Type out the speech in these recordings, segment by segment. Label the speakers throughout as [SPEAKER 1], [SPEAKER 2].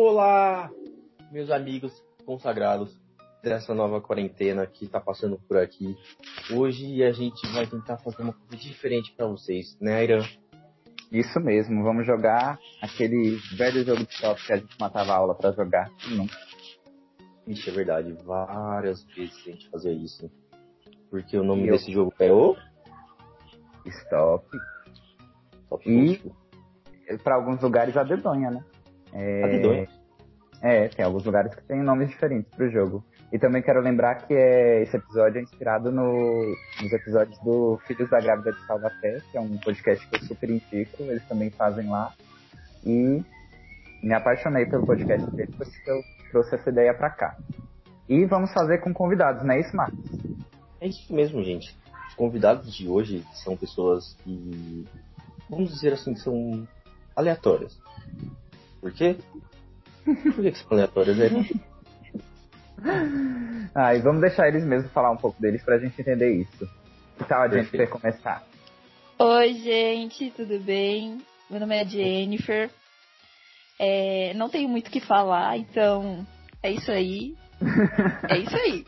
[SPEAKER 1] Olá, meus amigos consagrados dessa nova quarentena que está passando por aqui. Hoje a gente vai tentar fazer uma coisa diferente para vocês, né, Irã?
[SPEAKER 2] Isso mesmo, vamos jogar aquele velho jogo de top que a gente matava a aula para jogar. Não.
[SPEAKER 1] Ixi, é verdade, várias vezes a gente fazia isso. Porque o nome
[SPEAKER 2] E eu-
[SPEAKER 1] desse jogo é o
[SPEAKER 2] Stop.
[SPEAKER 1] Top
[SPEAKER 2] E-
[SPEAKER 1] Gospel.
[SPEAKER 2] Para alguns lugares a dedonha, né? É...
[SPEAKER 1] A dedonha?
[SPEAKER 2] É, tem alguns lugares que tem nomes diferentes pro jogo. E também quero lembrar que é, esse episódio é inspirado no- nos episódios do Filhos da Grávida de Salvaté, que é um podcast que eu super indico, eles também fazem lá. E me apaixonei pelo podcast deles, por isso que eu trouxe essa ideia pra cá. E vamos fazer com convidados, não é isso, Marcos?
[SPEAKER 1] É isso mesmo, gente. Os convidados de hoje são pessoas que, vamos dizer assim, que são aleatórias. Por quê? Por que, que são aleatórias? É
[SPEAKER 2] Ah, e vamos deixar eles mesmos falar um pouco deles pra gente entender isso. Que tal a gente
[SPEAKER 1] Perfeito.
[SPEAKER 2] começar?
[SPEAKER 3] Oi, gente, tudo bem? Meu nome é Jennifer. É, não tenho muito o que falar, então é isso aí. É isso aí.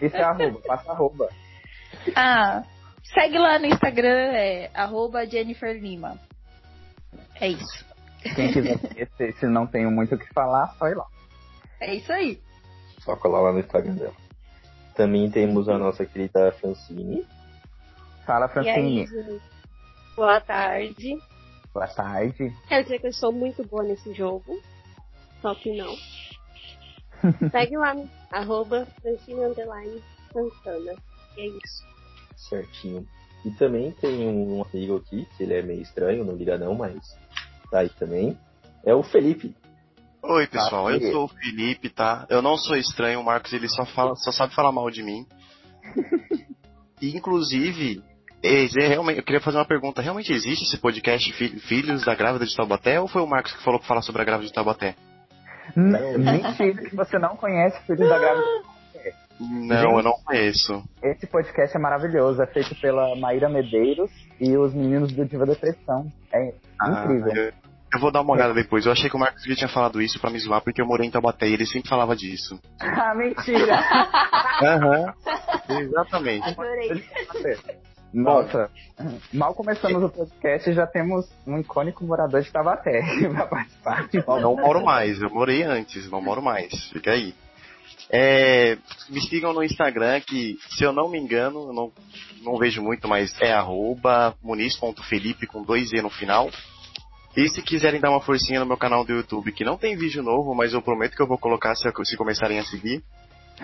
[SPEAKER 2] Isso é arroba, passa arroba.
[SPEAKER 3] Ah, segue lá no Instagram, é arroba Jennifer Lima. É isso.
[SPEAKER 2] Quem quiser conhecer, se não tenho muito o que falar, só ir lá.
[SPEAKER 3] É isso aí.
[SPEAKER 1] Só colar lá no Instagram dela. Também temos a nossa querida Francine.
[SPEAKER 2] Fala,
[SPEAKER 4] E aí,
[SPEAKER 2] Francine.
[SPEAKER 4] gente? Boa tarde.
[SPEAKER 2] Boa tarde.
[SPEAKER 4] Quero dizer que eu sou muito boa nesse jogo. Só que não. Segue lá, no arroba Francine Underline Santana. E é isso.
[SPEAKER 1] Certinho. E também tem um amigo aqui, que ele é meio estranho, não liga não, mas tá aí também. É o Felipe.
[SPEAKER 5] Oi, pessoal. Eu
[SPEAKER 1] Felipe.
[SPEAKER 5] sou o Felipe, tá? Eu não sou estranho, o Marcos ele só, fala, só sabe falar mal de mim. E, Inclusive, é, é, realmente, eu queria fazer uma pergunta. Realmente existe esse podcast Fi- Filhos da Grávida de Taubaté ou foi o Marcos que falou pra falar sobre a Grávida de Taubaté?
[SPEAKER 1] Não.
[SPEAKER 2] N- Mentira que você não conhece o Filhos da Grávida.
[SPEAKER 5] Não, eu não conheço.
[SPEAKER 2] Esse podcast é maravilhoso, é feito pela Maíra Medeiros e os meninos do Diva Depressão. É incrível.
[SPEAKER 5] Ah, eu, eu vou dar uma olhada depois. Eu achei que o Marcos já tinha falado isso pra me zoar porque eu morei em Taubaté e ele sempre falava disso.
[SPEAKER 2] Ah, mentira!
[SPEAKER 5] Aham. Exatamente.
[SPEAKER 3] Adorei.
[SPEAKER 2] Nossa, mal começamos o podcast e já temos um icônico morador de Tabaté pra participar.
[SPEAKER 1] Ah,
[SPEAKER 5] Não, não moro mais, eu morei antes, não moro mais, fica aí. É, me sigam no Instagram, que se eu não me engano, eu não, não vejo muito, mas é arroba muniz.felipe com dois E no final. E se quiserem dar uma forcinha no meu canal do YouTube, que não tem vídeo novo, mas eu prometo que eu vou colocar se, se começarem a seguir.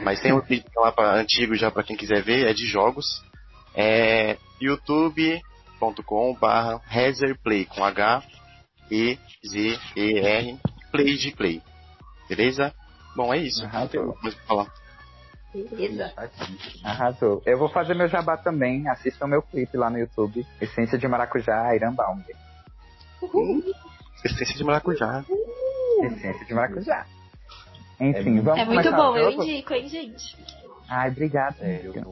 [SPEAKER 5] Mas tem um vídeo lá pra, antigo já pra quem quiser ver, é de jogos. É youtube.com barra Play com H E Z E R Play de Play. Beleza? Bom, é isso.
[SPEAKER 2] Arrasou.
[SPEAKER 5] Não tem mais o que falar.
[SPEAKER 3] Beleza.
[SPEAKER 2] Arrasou. Eu vou fazer meu jabá também. Assistam meu clipe lá no YouTube. Essência de Maracujá, Irambaum.
[SPEAKER 5] Essência de maracujá.
[SPEAKER 2] Essência de Maracujá. Enfim,
[SPEAKER 1] É
[SPEAKER 2] vamos
[SPEAKER 3] É muito
[SPEAKER 2] começar
[SPEAKER 3] bom,
[SPEAKER 2] o
[SPEAKER 3] eu
[SPEAKER 2] jogo?
[SPEAKER 3] indico, hein, gente?
[SPEAKER 2] Ai, obrigado.
[SPEAKER 1] É, eu
[SPEAKER 2] amiga.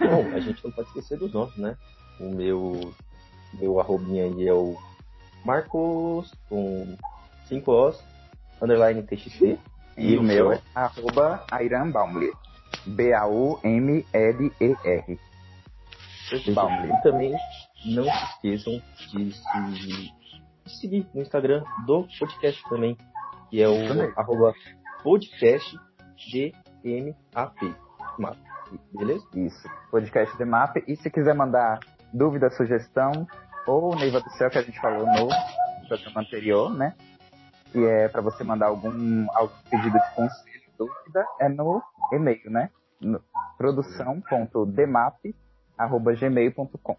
[SPEAKER 1] não... Bom, a gente não pode esquecer dos nossos, né? O meu, meu arrobinha aí é o Marcos com 5 Os, underline TXT.
[SPEAKER 2] E
[SPEAKER 1] o
[SPEAKER 2] o meu
[SPEAKER 1] seu?
[SPEAKER 2] é arroba Airan Baumler. B-A-U-M-L-E-R. Baumler.
[SPEAKER 1] E também não se esqueçam de se de seguir no Instagram do podcast também, que é o
[SPEAKER 2] Isso mesmo.
[SPEAKER 1] arroba podcastgmap. Map. Beleza?
[SPEAKER 2] Isso. Podcast de mapa. E se quiser mandar dúvida, sugestão, ou o Neiva do Céu que a gente falou no programa anterior, né? Que é pra você mandar algum, algum pedido de conselho, dúvida, é no e-mail, né? No produção.demap.gmail.com.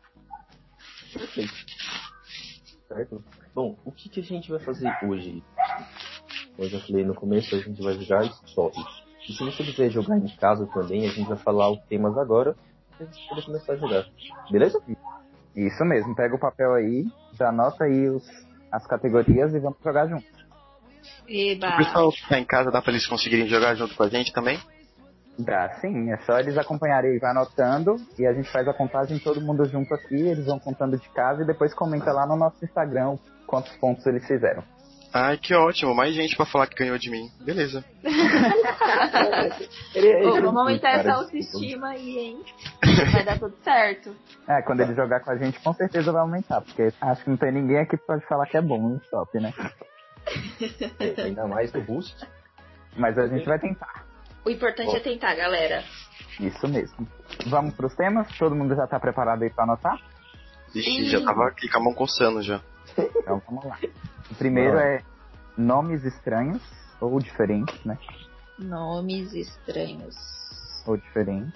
[SPEAKER 1] Certo? Bom, o que, que a gente vai fazer hoje? Como eu já falei no começo, a gente vai jogar stop. E se você quiser jogar em casa também, a gente vai falar os temas agora e a gente pode começar a jogar. Beleza?
[SPEAKER 2] Isso mesmo. Pega o papel aí, já anota aí os, as categorias e vamos jogar junto.
[SPEAKER 3] Eba. Ah.
[SPEAKER 5] O pessoal que tá em casa, dá pra eles conseguirem jogar junto com a gente também?
[SPEAKER 2] Dá, sim. É só eles acompanharem e vai anotando. E a gente faz a contagem todo mundo junto aqui. Eles vão contando de casa e depois comenta lá no nosso Instagram quantos pontos eles fizeram.
[SPEAKER 5] Ai, que ótimo. Mais gente pra falar que ganhou de mim. Beleza.
[SPEAKER 3] Ô, vamos aumentar é essa autoestima aí, hein? Vai dar tudo certo.
[SPEAKER 2] É, quando ele jogar com a gente, com certeza vai aumentar. Porque acho que não tem ninguém aqui que pode falar que é bom no stop, né?
[SPEAKER 1] É, ainda mais no boost.
[SPEAKER 2] Mas a gente vai tentar.
[SPEAKER 3] O importante é tentar, galera.
[SPEAKER 2] Isso mesmo. Vamos pros temas? Todo mundo já tá preparado aí pra anotar?
[SPEAKER 5] Ixi, já tava aqui com a mão coçando já.
[SPEAKER 2] Então vamos lá. O primeiro é nomes estranhos ou diferentes, né?
[SPEAKER 3] Nomes estranhos.
[SPEAKER 2] Ou diferentes.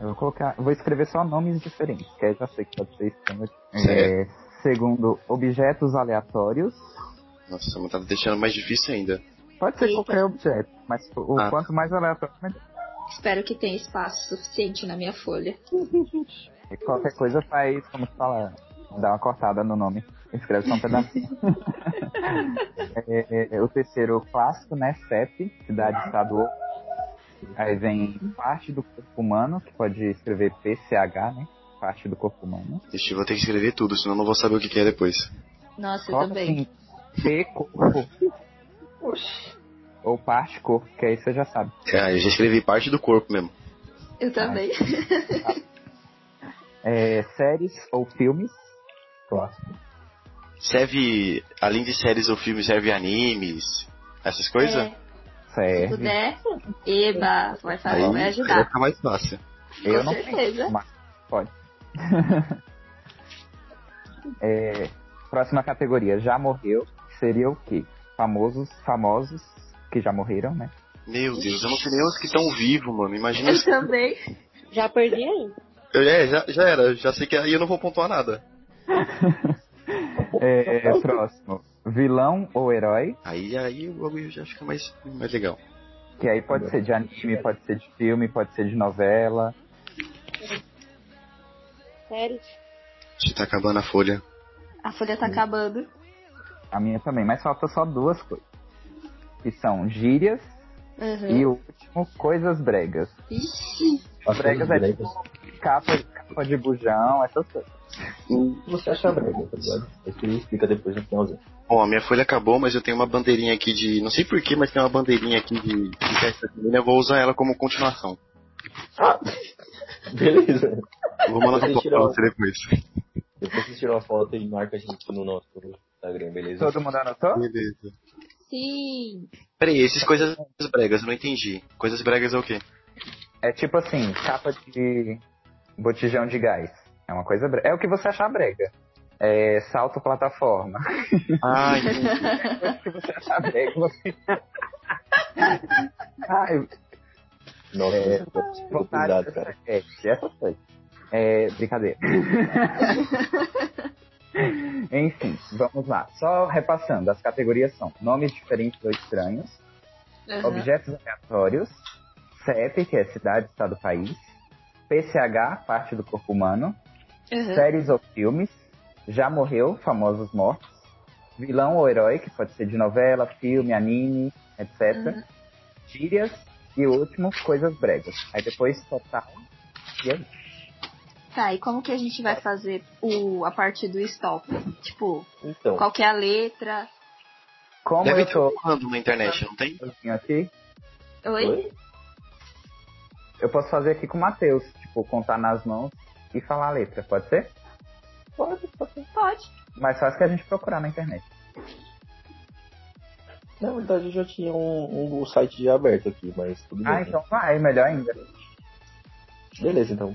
[SPEAKER 2] Eu vou colocar. Vou escrever só nomes diferentes, que aí eu já sei que pode ser estranho. É, segundo, objetos aleatórios.
[SPEAKER 5] Nossa, mas tá deixando mais difícil ainda.
[SPEAKER 2] Pode ser
[SPEAKER 3] Eita.
[SPEAKER 2] qualquer objeto, mas o
[SPEAKER 5] Ah.
[SPEAKER 2] quanto mais aleatório, melhor.
[SPEAKER 3] Espero que tenha espaço suficiente na minha folha.
[SPEAKER 2] E qualquer coisa faz, como se fala, dá uma cortada no nome. Escreve só um pedacinho. É, é, o terceiro clássico, né? CEP, cidade, estado ou. Aí vem parte do corpo humano, que pode escrever PCH, né? Parte do corpo humano.
[SPEAKER 5] Ixi, vou ter que escrever tudo, senão eu não vou saber o que, que é depois.
[SPEAKER 3] Nossa, eu
[SPEAKER 2] Coloca
[SPEAKER 3] também.
[SPEAKER 2] assim, P corpo. Ou parte corpo, que aí você já sabe.
[SPEAKER 5] Ah, eu já escrevi parte do corpo mesmo.
[SPEAKER 3] Eu também.
[SPEAKER 2] Ah, É, séries ou filmes. Clássico.
[SPEAKER 5] Serve, além de séries ou filmes, serve animes, essas coisas?
[SPEAKER 3] É, se
[SPEAKER 2] Serve.
[SPEAKER 3] puder, eba, vai, fazer, tá vai
[SPEAKER 5] vai
[SPEAKER 3] ajudar.
[SPEAKER 5] ficar mais fácil.
[SPEAKER 2] Eu
[SPEAKER 3] Com
[SPEAKER 2] não
[SPEAKER 3] certeza.
[SPEAKER 2] Mas pode. É, próxima categoria, já morreu. Seria o quê? Famosos, famosos que já morreram, né?
[SPEAKER 5] Meu Deus, eu não sei nem os que estão vivos, mano. Imagina.
[SPEAKER 3] Eu também.
[SPEAKER 4] Já perdi aí.
[SPEAKER 5] Eu, é, já, já era, já sei que aí eu não vou pontuar nada.
[SPEAKER 2] É, próximo, vilão ou herói,
[SPEAKER 5] Aí, aí o bagulho já fica mais, mais legal.
[SPEAKER 2] que aí pode ser de anime, pode ser de filme, pode ser de novela.
[SPEAKER 4] Sério?
[SPEAKER 5] Deixa tá acabando a folha.
[SPEAKER 3] A folha
[SPEAKER 2] Hum.
[SPEAKER 3] tá acabando.
[SPEAKER 2] A minha também, mas falta só duas coisas. Que são gírias
[SPEAKER 3] É.
[SPEAKER 2] e o último, coisas bregas.
[SPEAKER 3] Ixi,
[SPEAKER 2] Bregas é tipo capa, capa de bujão, essas coisas.
[SPEAKER 1] O que você acha brega, tá ligado? Aí você explica depois no finalzinho.
[SPEAKER 5] Bom, a minha folha acabou, mas eu tenho uma bandeirinha aqui de. Não sei porquê, mas tem uma bandeirinha aqui de. de festa junina, eu vou usar ela como continuação.
[SPEAKER 1] Beleza.
[SPEAKER 5] Eu Vou mandar
[SPEAKER 1] Você
[SPEAKER 5] uma foto pra
[SPEAKER 1] tirou.
[SPEAKER 5] você depois.
[SPEAKER 1] Depois você tira uma foto e marca a gente no nosso Instagram, beleza?
[SPEAKER 2] Todo mundo anotou?
[SPEAKER 5] Beleza.
[SPEAKER 3] sim.
[SPEAKER 5] Peraí, essas coisas bregas, eu não entendi. Coisas bregas é o quê?
[SPEAKER 2] É tipo assim, capa de botijão de gás. É uma coisa brega. É o que você achar brega. É salto plataforma.
[SPEAKER 5] Ah, entendi.
[SPEAKER 2] É o que você achar brega, você. Ai,
[SPEAKER 1] Nossa,
[SPEAKER 2] É.
[SPEAKER 1] você ficou- você ficou
[SPEAKER 2] vontade
[SPEAKER 1] pesado,
[SPEAKER 2] de
[SPEAKER 1] cara.
[SPEAKER 2] é, essas coisas. É, brincadeira. Enfim, vamos lá. Só repassando, as categorias são nomes diferentes ou estranhos,
[SPEAKER 3] Aham.
[SPEAKER 2] objetos aleatórios, CEP, que é cidade, estado, país, PCH, parte do corpo humano,
[SPEAKER 3] Aham.
[SPEAKER 2] séries ou filmes, já morreu, famosos mortos, vilão ou herói, que pode ser de novela, filme, anime, etc. Gírias e o último, coisas bregas. Aí depois total. E é isso.
[SPEAKER 3] Tá, e como que a gente vai fazer o, a parte do stop? Tipo,
[SPEAKER 1] Então,
[SPEAKER 3] qual que é a letra?
[SPEAKER 2] Como
[SPEAKER 5] Deve
[SPEAKER 2] eu
[SPEAKER 5] ter
[SPEAKER 2] tô
[SPEAKER 5] um random na internet, não tem?
[SPEAKER 2] sozinho aqui,
[SPEAKER 3] Oi?
[SPEAKER 2] eu posso fazer aqui com o Matheus, tipo, contar nas mãos e falar a letra, pode ser?
[SPEAKER 1] pode, pode.
[SPEAKER 3] Pode.
[SPEAKER 2] Mais fácil que a gente procurar na internet.
[SPEAKER 1] Na verdade, eu já tinha um, um site já aberto aqui, mas tudo bem.
[SPEAKER 2] Ah,
[SPEAKER 1] né?
[SPEAKER 2] então vai, melhor ainda.
[SPEAKER 1] Beleza, então.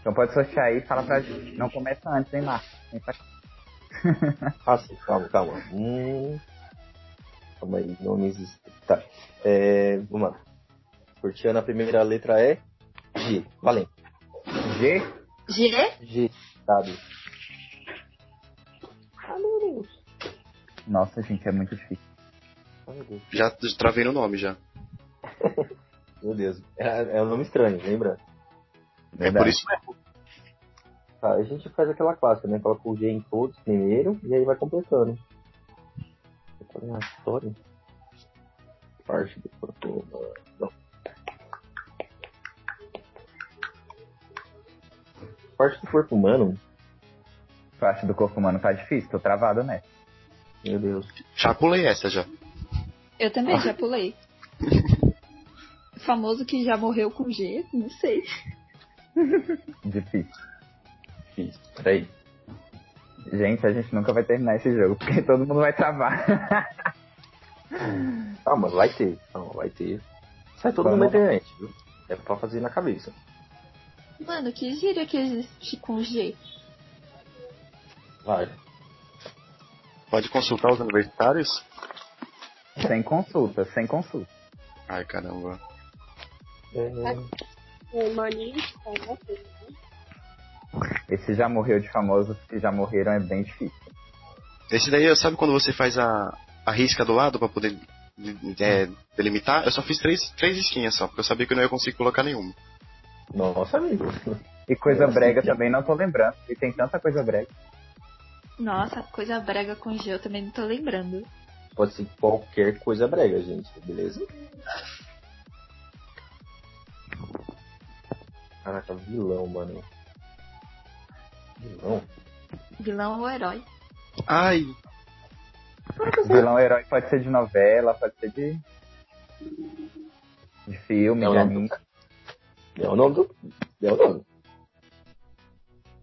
[SPEAKER 2] Então pode sortear aí e fala pra gente. Não começa antes, hein, Marcos? Vem pra cá.
[SPEAKER 1] Ah, sim, calma, calma. Hum... Calma aí, nomes. est- Tá. É, vamos lá. Sorteando a primeira letra é G. Valendo.
[SPEAKER 2] G?
[SPEAKER 3] G?
[SPEAKER 1] G. W.
[SPEAKER 4] Ah, meu Deus.
[SPEAKER 2] Nossa, gente, é muito difícil.
[SPEAKER 1] Ai, meu Deus.
[SPEAKER 5] Já travei no nome já.
[SPEAKER 1] Meu Deus. É, é um nome estranho, lembra?
[SPEAKER 5] É por
[SPEAKER 2] Verdade.
[SPEAKER 5] isso mesmo.
[SPEAKER 1] Tá, a gente faz aquela clássica, né? Coloca o G em todos primeiro e aí vai completando. Qual é a história? Parte do corpo. humano. Não. parte do corpo humano,
[SPEAKER 2] Parte do corpo humano tá difícil, tô travado né?
[SPEAKER 1] meu Deus.
[SPEAKER 5] Já pulei essa já.
[SPEAKER 3] Eu também já pulei. O famoso que já morreu com G, não sei.
[SPEAKER 2] Difícil.
[SPEAKER 1] Fiz. Peraí.
[SPEAKER 2] Gente, a gente nunca vai terminar esse jogo, porque todo mundo vai travar.
[SPEAKER 1] Calma, Ah, vai ter. Calma, vai ter. Sai todo mundo na internet, viu? É pra fazer na cabeça.
[SPEAKER 3] Mano, que gíria que existe com G?
[SPEAKER 1] Vai.
[SPEAKER 5] Pode consultar os universitários?
[SPEAKER 2] sem consulta, sem consulta.
[SPEAKER 5] Ai, caramba.
[SPEAKER 1] É...
[SPEAKER 4] O Maninho está na frente.
[SPEAKER 2] Esse já morreu de famosos que já morreram é bem difícil.
[SPEAKER 5] Esse daí, sabe quando você faz a, a risca do lado pra poder é, delimitar? Eu só fiz três, três risquinhas só, porque eu sabia que eu não ia conseguir colocar nenhuma.
[SPEAKER 1] Nossa, amigo.
[SPEAKER 2] E coisa
[SPEAKER 3] É,
[SPEAKER 1] Nossa,
[SPEAKER 2] brega
[SPEAKER 1] que-
[SPEAKER 2] também não tô lembrando. E tem tanta coisa brega.
[SPEAKER 3] Nossa, coisa brega com G, eu também não tô lembrando.
[SPEAKER 1] Pode ser qualquer coisa brega, gente. Beleza? Caraca, vilão, mano. Vilão?
[SPEAKER 3] Vilão ou herói?
[SPEAKER 5] Ai,
[SPEAKER 2] Vilão herói pode ser de novela, pode ser de. De filme,
[SPEAKER 1] Não,
[SPEAKER 2] de
[SPEAKER 1] não.
[SPEAKER 2] anime.
[SPEAKER 1] É o nome do. É o nome.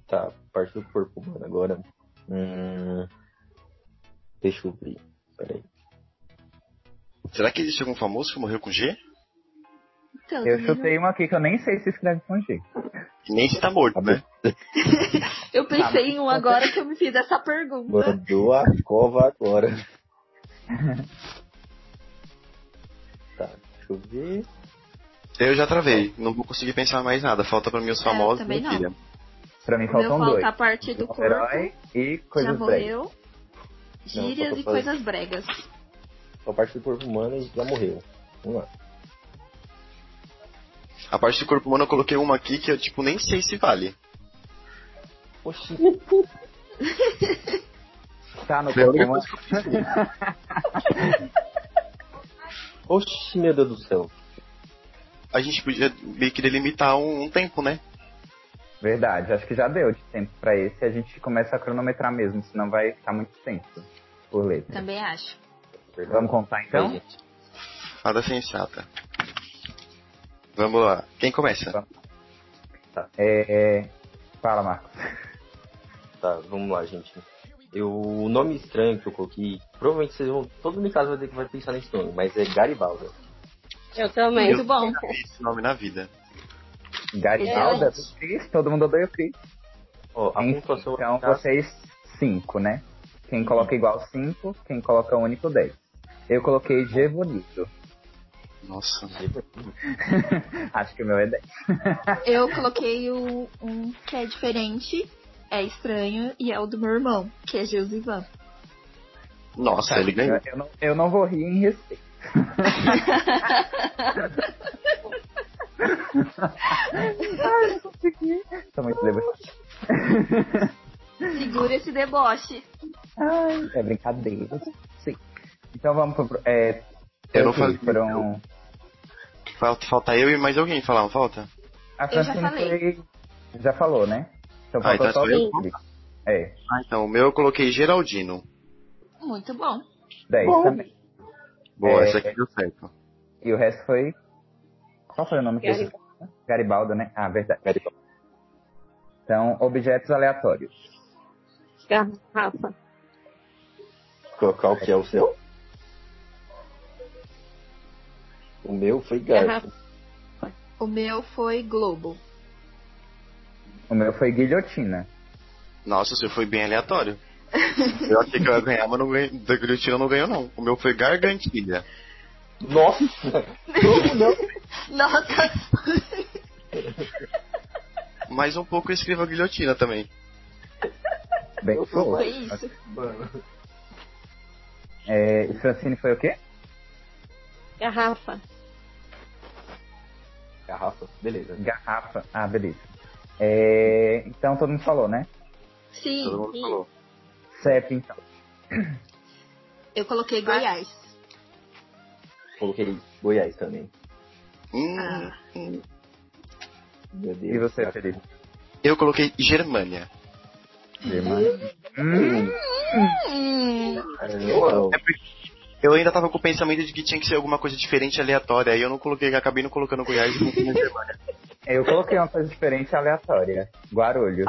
[SPEAKER 1] Tá, parte do corpo humano agora. Hum... Deixa eu ver. Peraí.
[SPEAKER 5] será que existe algum famoso que morreu com G?
[SPEAKER 3] Então,
[SPEAKER 2] Eu
[SPEAKER 3] também não-
[SPEAKER 2] chutei uma aqui que eu nem sei se escreve com G.
[SPEAKER 5] Que nem se tá morto, né?
[SPEAKER 3] eu pensei em um agora que eu me fiz essa pergunta.
[SPEAKER 1] Mandou a cova agora. tá, deixa eu ver.
[SPEAKER 5] Eu já travei, não vou conseguir pensar mais nada. Falta pra mim os
[SPEAKER 3] É,
[SPEAKER 5] famosos
[SPEAKER 3] também
[SPEAKER 5] e
[SPEAKER 3] não.
[SPEAKER 5] filha.
[SPEAKER 2] Pra mim
[SPEAKER 3] O meu
[SPEAKER 2] faltam dois.
[SPEAKER 3] falta a parte do corpo,
[SPEAKER 2] Herói e
[SPEAKER 3] já
[SPEAKER 2] coisas bregas.
[SPEAKER 3] morreu.
[SPEAKER 1] Não,
[SPEAKER 3] Gírias
[SPEAKER 1] falta
[SPEAKER 3] e
[SPEAKER 1] só
[SPEAKER 3] coisas bregas.
[SPEAKER 1] A parte do corpo humano já morreu. Vamos lá.
[SPEAKER 5] A parte do corpo humano eu coloquei uma aqui que eu, tipo, nem sei se vale.
[SPEAKER 1] Oxi,
[SPEAKER 2] Tá no
[SPEAKER 5] Foi a
[SPEAKER 2] corpo
[SPEAKER 5] única
[SPEAKER 2] humano.
[SPEAKER 5] coisa que eu pensei.
[SPEAKER 1] oxi, meu Deus do céu.
[SPEAKER 5] A gente podia meio que delimitar um, um tempo, né?
[SPEAKER 2] Verdade, acho que já deu de tempo pra esse. A gente começa a cronometrar mesmo, senão vai ficar muito tempo por letra.
[SPEAKER 3] Também acho.
[SPEAKER 2] Vamos contar
[SPEAKER 1] Então?
[SPEAKER 2] então?
[SPEAKER 1] gente.
[SPEAKER 5] Nada sensata. Vamos lá. Quem começa?
[SPEAKER 2] É, é, Fala, Marcos.
[SPEAKER 1] Tá, vamos lá, gente. Eu, o nome estranho que eu coloquei, provavelmente vocês vão. Todo mundo em casa vai ter que vai pensar nesse nome, mas é Garibaldi.
[SPEAKER 4] Eu também.
[SPEAKER 3] Muito bom.
[SPEAKER 5] Nunca vi Esse nome na vida.
[SPEAKER 2] Garibalda,
[SPEAKER 3] Excelente.
[SPEAKER 2] o Cris, todo mundo odeia o Cris.
[SPEAKER 1] Ó, a pontuação
[SPEAKER 2] Então
[SPEAKER 1] tá
[SPEAKER 2] vocês cinco, né? Quem coloca igual cinco, quem coloca único 10. Eu coloquei G bonito.
[SPEAKER 5] Nossa.
[SPEAKER 2] Acho que o meu é 10.
[SPEAKER 3] Eu coloquei o- um que é diferente, é estranho, e é o do meu irmão, que é Geusivan.
[SPEAKER 5] Nossa, ele ganhou.
[SPEAKER 2] Eu, Tá eu não, eu não vou rir em respeito. Ai, não consegui. Tô muito debochado.
[SPEAKER 3] Segura esse deboche.
[SPEAKER 2] Ai, é brincadeira. Sim. Então vamos pro. É,
[SPEAKER 5] Eu não
[SPEAKER 2] aqui,
[SPEAKER 5] falei.
[SPEAKER 2] Foram...
[SPEAKER 5] Falta, falta eu e mais alguém falar, não falta?
[SPEAKER 2] A
[SPEAKER 3] Eu já
[SPEAKER 2] Francine
[SPEAKER 3] falei.
[SPEAKER 2] foi- já falou, né? Então
[SPEAKER 5] Ah,
[SPEAKER 2] faltou
[SPEAKER 5] então
[SPEAKER 2] só
[SPEAKER 5] sou eu.
[SPEAKER 2] o Felipe. É,
[SPEAKER 5] Ah, então, o meu eu coloquei Geraldino.
[SPEAKER 3] Muito bom.
[SPEAKER 2] 10
[SPEAKER 1] Bom.
[SPEAKER 2] também.
[SPEAKER 5] Boa,
[SPEAKER 2] É.
[SPEAKER 5] essa aqui deu certo.
[SPEAKER 2] E o resto foi. Qual foi o nome dele? Garibaldo, né? Ah, verdade.
[SPEAKER 1] Garibaldi.
[SPEAKER 2] Então, objetos aleatórios.
[SPEAKER 4] Garrafa.
[SPEAKER 1] Qual que é o seu? O meu foi Garfo.
[SPEAKER 3] O meu foi Globo.
[SPEAKER 2] O meu foi guilhotina.
[SPEAKER 5] Nossa, o seu foi bem aleatório. Eu achei que eu ia ganhar, mas não ganhei. Da Guilhotina não ganhou, não. O meu foi Gargantilha.
[SPEAKER 1] Nossa! Como não?
[SPEAKER 3] Nossa!
[SPEAKER 5] Mais um pouco eu escrevo a Guilhotina também.
[SPEAKER 2] Bem
[SPEAKER 1] Eu
[SPEAKER 2] que foi.
[SPEAKER 3] Foi isso.
[SPEAKER 1] Mano.
[SPEAKER 2] É, e Francine foi o quê?
[SPEAKER 4] Garrafa.
[SPEAKER 1] Garrafa, beleza.
[SPEAKER 2] Garrafa. Ah, beleza. É, então todo mundo falou, né?
[SPEAKER 3] Sim,
[SPEAKER 5] Todo mundo falou.
[SPEAKER 2] CEP, então.
[SPEAKER 3] eu coloquei Goiás.
[SPEAKER 1] Coloquei Goiás também.
[SPEAKER 5] Hum,
[SPEAKER 3] Ah.
[SPEAKER 5] hum.
[SPEAKER 1] Meu Deus.
[SPEAKER 2] E você,
[SPEAKER 1] Cara,
[SPEAKER 2] Felipe?
[SPEAKER 5] Eu coloquei Germânia.
[SPEAKER 2] Hum,
[SPEAKER 3] Hum,
[SPEAKER 1] Eu,
[SPEAKER 5] É porque eu ainda tava com o pensamento de que tinha que ser alguma coisa diferente, aleatória. Aí eu não coloquei, acabei não colocando Goiás e coloquei Germânia.
[SPEAKER 2] eu coloquei uma coisa diferente e aleatória. Guarulhos.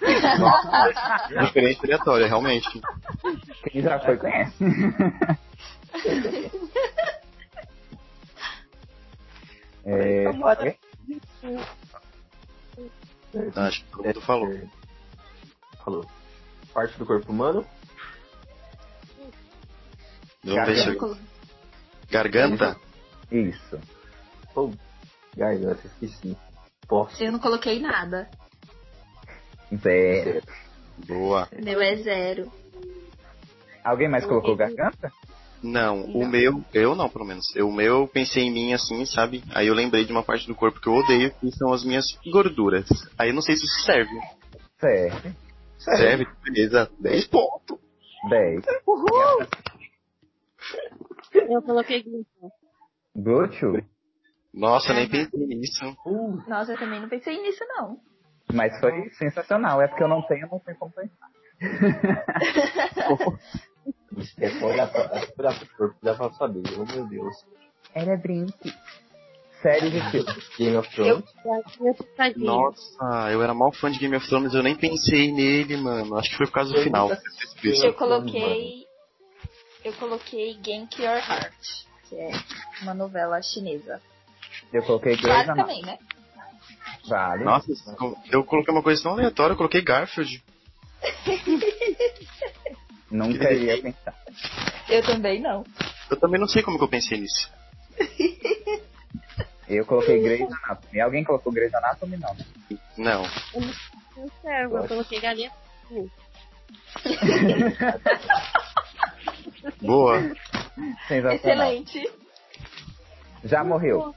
[SPEAKER 5] Diferente aleatória, realmente.
[SPEAKER 2] Quem já foi conhece. É,
[SPEAKER 3] Vambora.
[SPEAKER 5] Acho que todo mundo falou.
[SPEAKER 1] falou. Parte do corpo humano?
[SPEAKER 5] Vamos ver se eu... Garganta?
[SPEAKER 2] isso.
[SPEAKER 1] Ou garganta, esqueci. Posso.
[SPEAKER 3] Eu não coloquei nada.
[SPEAKER 2] Zero.
[SPEAKER 5] Boa.
[SPEAKER 3] O meu é zero.
[SPEAKER 2] Alguém mais colocou garganta?
[SPEAKER 5] Não, o meu, eu não, pelo menos. Eu- O meu, eu pensei em mim assim, sabe? Aí eu lembrei de uma parte do corpo que eu odeio, que são as minhas gorduras. Aí eu não sei se isso serve.
[SPEAKER 2] Certo.
[SPEAKER 5] Serve, beleza. 10 pontos.
[SPEAKER 2] Dez.
[SPEAKER 3] Uhul!
[SPEAKER 4] Eu coloquei glúteo.
[SPEAKER 2] Glúteo?
[SPEAKER 5] Nossa, nem pensei nisso.
[SPEAKER 1] Uh,
[SPEAKER 3] Nossa, eu também não pensei nisso, não.
[SPEAKER 2] Mas foi sensacional. É porque eu não tenho, não tenho como pensar.
[SPEAKER 1] esquece, olha é pra, olha pro corpo, dá pra saber. Oh, meu Deus.
[SPEAKER 2] Era brinque. Série de filme.
[SPEAKER 1] Game of Thrones?
[SPEAKER 4] Minha pitadinha.
[SPEAKER 5] Nossa, eu era mal fã de Game of Thrones, eu nem pensei nele, mano. Acho que foi por causa do final.
[SPEAKER 3] Eu coloquei. Eu coloquei Genki Your Heart, que é uma novela chinesa.
[SPEAKER 2] Eu coloquei Grey's
[SPEAKER 3] Claro
[SPEAKER 2] Anatomy.
[SPEAKER 3] também, né?
[SPEAKER 2] Vale.
[SPEAKER 5] Nossa, eu coloquei uma coisa tão aleatória, eu coloquei Garfield.
[SPEAKER 2] Nunca iria pensar.
[SPEAKER 3] Eu também não.
[SPEAKER 5] Eu também não sei como que eu pensei nisso.
[SPEAKER 2] Eu coloquei Grey's Anatomy. Alguém colocou Grey's Anatomy? Não. né?
[SPEAKER 5] Não.
[SPEAKER 4] Eu servo, eu coloquei galinha.
[SPEAKER 5] Boa.
[SPEAKER 2] Sensacional.
[SPEAKER 3] Excelente.
[SPEAKER 2] Já morreu.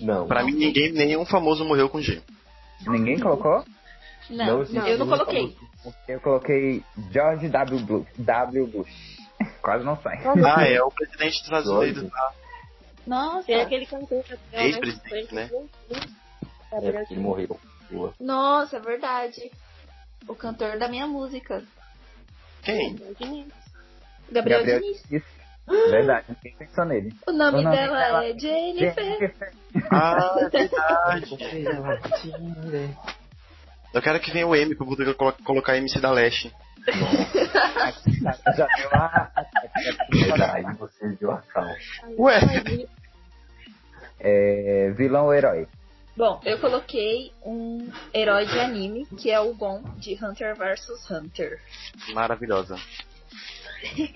[SPEAKER 1] Não.
[SPEAKER 5] Pra mim, ninguém, nenhum famoso morreu com G.
[SPEAKER 2] Ninguém colocou?
[SPEAKER 3] Não,
[SPEAKER 1] existe
[SPEAKER 3] eu não
[SPEAKER 1] nenhum
[SPEAKER 3] coloquei.
[SPEAKER 1] famoso.
[SPEAKER 2] Eu coloquei George W. Bush. W. Bush. Quase não sai.
[SPEAKER 5] Ah, é o presidente dos Estados Unidos. tá?
[SPEAKER 3] Nossa,
[SPEAKER 4] Tem aquele cantor é Gabriel,
[SPEAKER 5] Ex-presidente, né?
[SPEAKER 1] É, porque ele
[SPEAKER 4] Gabriel
[SPEAKER 1] morreu. Boa.
[SPEAKER 3] nossa, é verdade. O cantor da minha música,
[SPEAKER 5] Quem?
[SPEAKER 4] Diniz.
[SPEAKER 3] Gabriel,
[SPEAKER 2] Gabriel
[SPEAKER 3] Diniz.
[SPEAKER 2] Verdade, ninguém pensou nele.
[SPEAKER 3] O nome,
[SPEAKER 2] O nome
[SPEAKER 3] dela,
[SPEAKER 2] dela
[SPEAKER 3] é Jennifer.
[SPEAKER 2] Jennifer.
[SPEAKER 5] Ah, é verdade. Eu quero que venha o M pra eu poder colo- colocar MC da Leste.
[SPEAKER 2] Já deu a.
[SPEAKER 1] Verdade, você viu a calma.
[SPEAKER 5] Ué.
[SPEAKER 2] É, vilão ou herói?
[SPEAKER 3] Bom, eu coloquei um herói de anime, que é o Gon de Hunter vs Hunter.
[SPEAKER 5] Maravilhosa.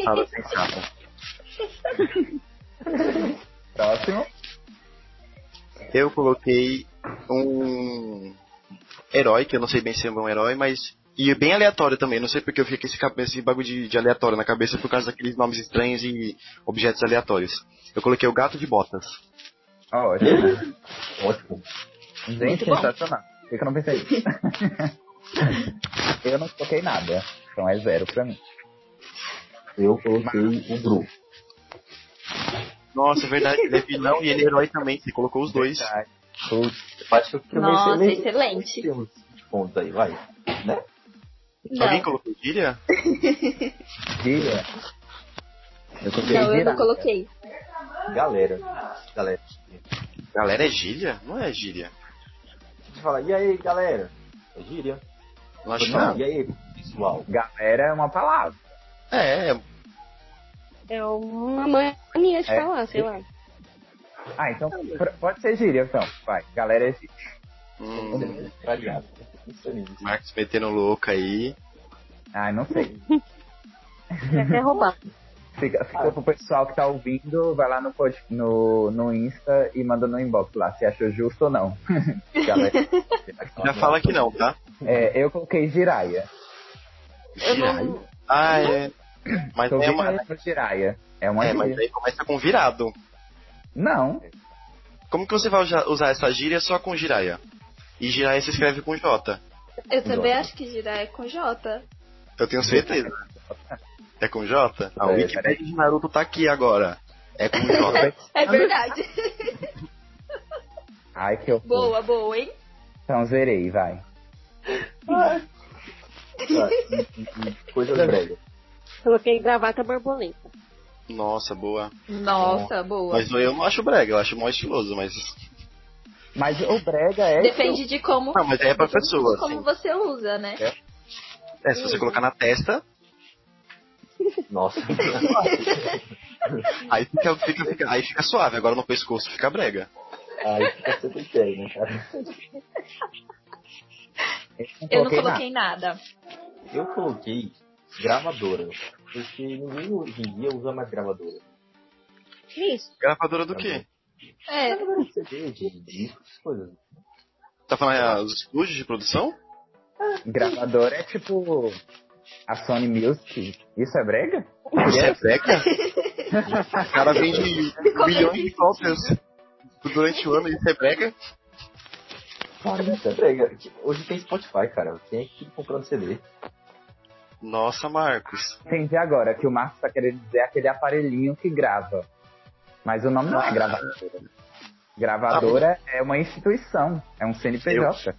[SPEAKER 5] Nada sensata.
[SPEAKER 2] Próximo.
[SPEAKER 5] Eu coloquei um herói, que eu não sei bem se é um herói, mas. E é bem aleatório também, não sei porque eu fiquei com esse, cabe- esse bagulho de, de aleatório na cabeça por causa daqueles nomes estranhos e objetos aleatórios. Eu coloquei o gato de botas.
[SPEAKER 2] Ótimo.
[SPEAKER 1] Ótimo.
[SPEAKER 2] Gente,
[SPEAKER 3] bom.
[SPEAKER 2] sensacional. Por que que eu não pensei nisso? eu não toquei nada. Então é zero pra mim.
[SPEAKER 1] Eu coloquei o Bru.
[SPEAKER 5] Nossa, é verdade, ele é vilão e ele é herói também. Você colocou os dois.
[SPEAKER 2] Verdade. Putz,
[SPEAKER 1] Acho que eu comecei
[SPEAKER 3] Nossa,
[SPEAKER 1] nem-
[SPEAKER 3] excelente.
[SPEAKER 1] Tem uns pontos aí, vai. Né?
[SPEAKER 5] Alguém
[SPEAKER 3] Não,
[SPEAKER 5] colocou gíria?
[SPEAKER 2] Gira. Eu coloquei
[SPEAKER 3] não, eu
[SPEAKER 2] girar.
[SPEAKER 3] não coloquei.
[SPEAKER 1] Galera. Galera.
[SPEAKER 5] Galera, é gíria? Não é gíria.
[SPEAKER 1] Deixa eu falar, e aí, galera? Eu diria.
[SPEAKER 5] Não acho que
[SPEAKER 1] Não,
[SPEAKER 5] não.
[SPEAKER 1] E aí, pessoal?
[SPEAKER 2] Galera é uma palavra.
[SPEAKER 5] É, é.
[SPEAKER 4] É uma mania de
[SPEAKER 2] É.
[SPEAKER 4] falar, sei lá.
[SPEAKER 2] Ah, então pr- pode ser gíria, então. Vai, galera é gíria.
[SPEAKER 5] Hum,
[SPEAKER 1] Variado. Isso aí.
[SPEAKER 5] Marcos metendo louco aí.
[SPEAKER 2] Ah, não sei.
[SPEAKER 4] Quer roubar.
[SPEAKER 2] Fica, fica pro pessoal que tá ouvindo, vai lá no, pod- no, no Insta e manda no inbox lá, se achou justo ou não. galera.
[SPEAKER 5] Já fala que não, tá?
[SPEAKER 2] É, eu coloquei giraia.
[SPEAKER 3] Eu não,
[SPEAKER 5] Ah, é. Mas
[SPEAKER 2] Tô
[SPEAKER 5] é
[SPEAKER 2] ouvindo
[SPEAKER 5] uma.
[SPEAKER 2] uma... giraia. É uma
[SPEAKER 5] É,
[SPEAKER 2] gíria.
[SPEAKER 5] mas é- aí começa com virado.
[SPEAKER 2] Não,
[SPEAKER 5] Como que você vai uja- usar essa gíria só com giraia? E giraia se escreve com J. Ah,
[SPEAKER 3] eu também acho que girar é com J.
[SPEAKER 5] Eu tenho certeza. É com J? A
[SPEAKER 1] É,
[SPEAKER 5] Wikipedia de Naruto tá aqui agora. É com J. tá
[SPEAKER 3] É verdade.
[SPEAKER 2] Ai, que horror.
[SPEAKER 3] Boa, boa, hein?
[SPEAKER 2] Então zerei, vai.
[SPEAKER 1] Tá, e- e- e coisas
[SPEAKER 5] Já vi.
[SPEAKER 1] bregas.
[SPEAKER 4] Coloquei gravata borboleta.
[SPEAKER 5] Nossa, boa.
[SPEAKER 3] Nossa, boa.
[SPEAKER 5] Mas eu não acho brega, eu acho mó estiloso, mas.
[SPEAKER 2] Mas o brega é.
[SPEAKER 3] Depende de como,
[SPEAKER 5] Não, mas é pra pessoa,
[SPEAKER 3] de como
[SPEAKER 5] assim.
[SPEAKER 3] você usa, né?
[SPEAKER 5] É, se você colocar na testa,
[SPEAKER 1] Nossa.
[SPEAKER 5] aí fica, fica- fica- aí fica suave, agora no pescoço fica brega.
[SPEAKER 1] Aí fica sempre tem, né, cara?
[SPEAKER 3] Eu não coloquei nada.
[SPEAKER 1] Eu coloquei gravadora. Porque ninguém hoje em dia usa mais gravadora.
[SPEAKER 4] Que isso?
[SPEAKER 5] Gravadora do quê?
[SPEAKER 3] É,
[SPEAKER 1] Gravadora de CD, de disco, essas coisas.
[SPEAKER 5] Tá falando ah, os estúdios de produção?
[SPEAKER 2] Gravador é tipo a Sony Music. Isso é brega?
[SPEAKER 5] Isso é brega? O cara vende milhões de cópias durante o ano e isso é brega?
[SPEAKER 1] Cara, isso é brega. Hoje tem Spotify, cara. Tem aqui comprando CD.
[SPEAKER 5] Nossa, Marcos.
[SPEAKER 2] Entendi agora que o Marcos tá querendo dizer aquele aparelhinho que grava. Mas o nome não é gravadora. Gravadora é uma instituição, é um CNPJ.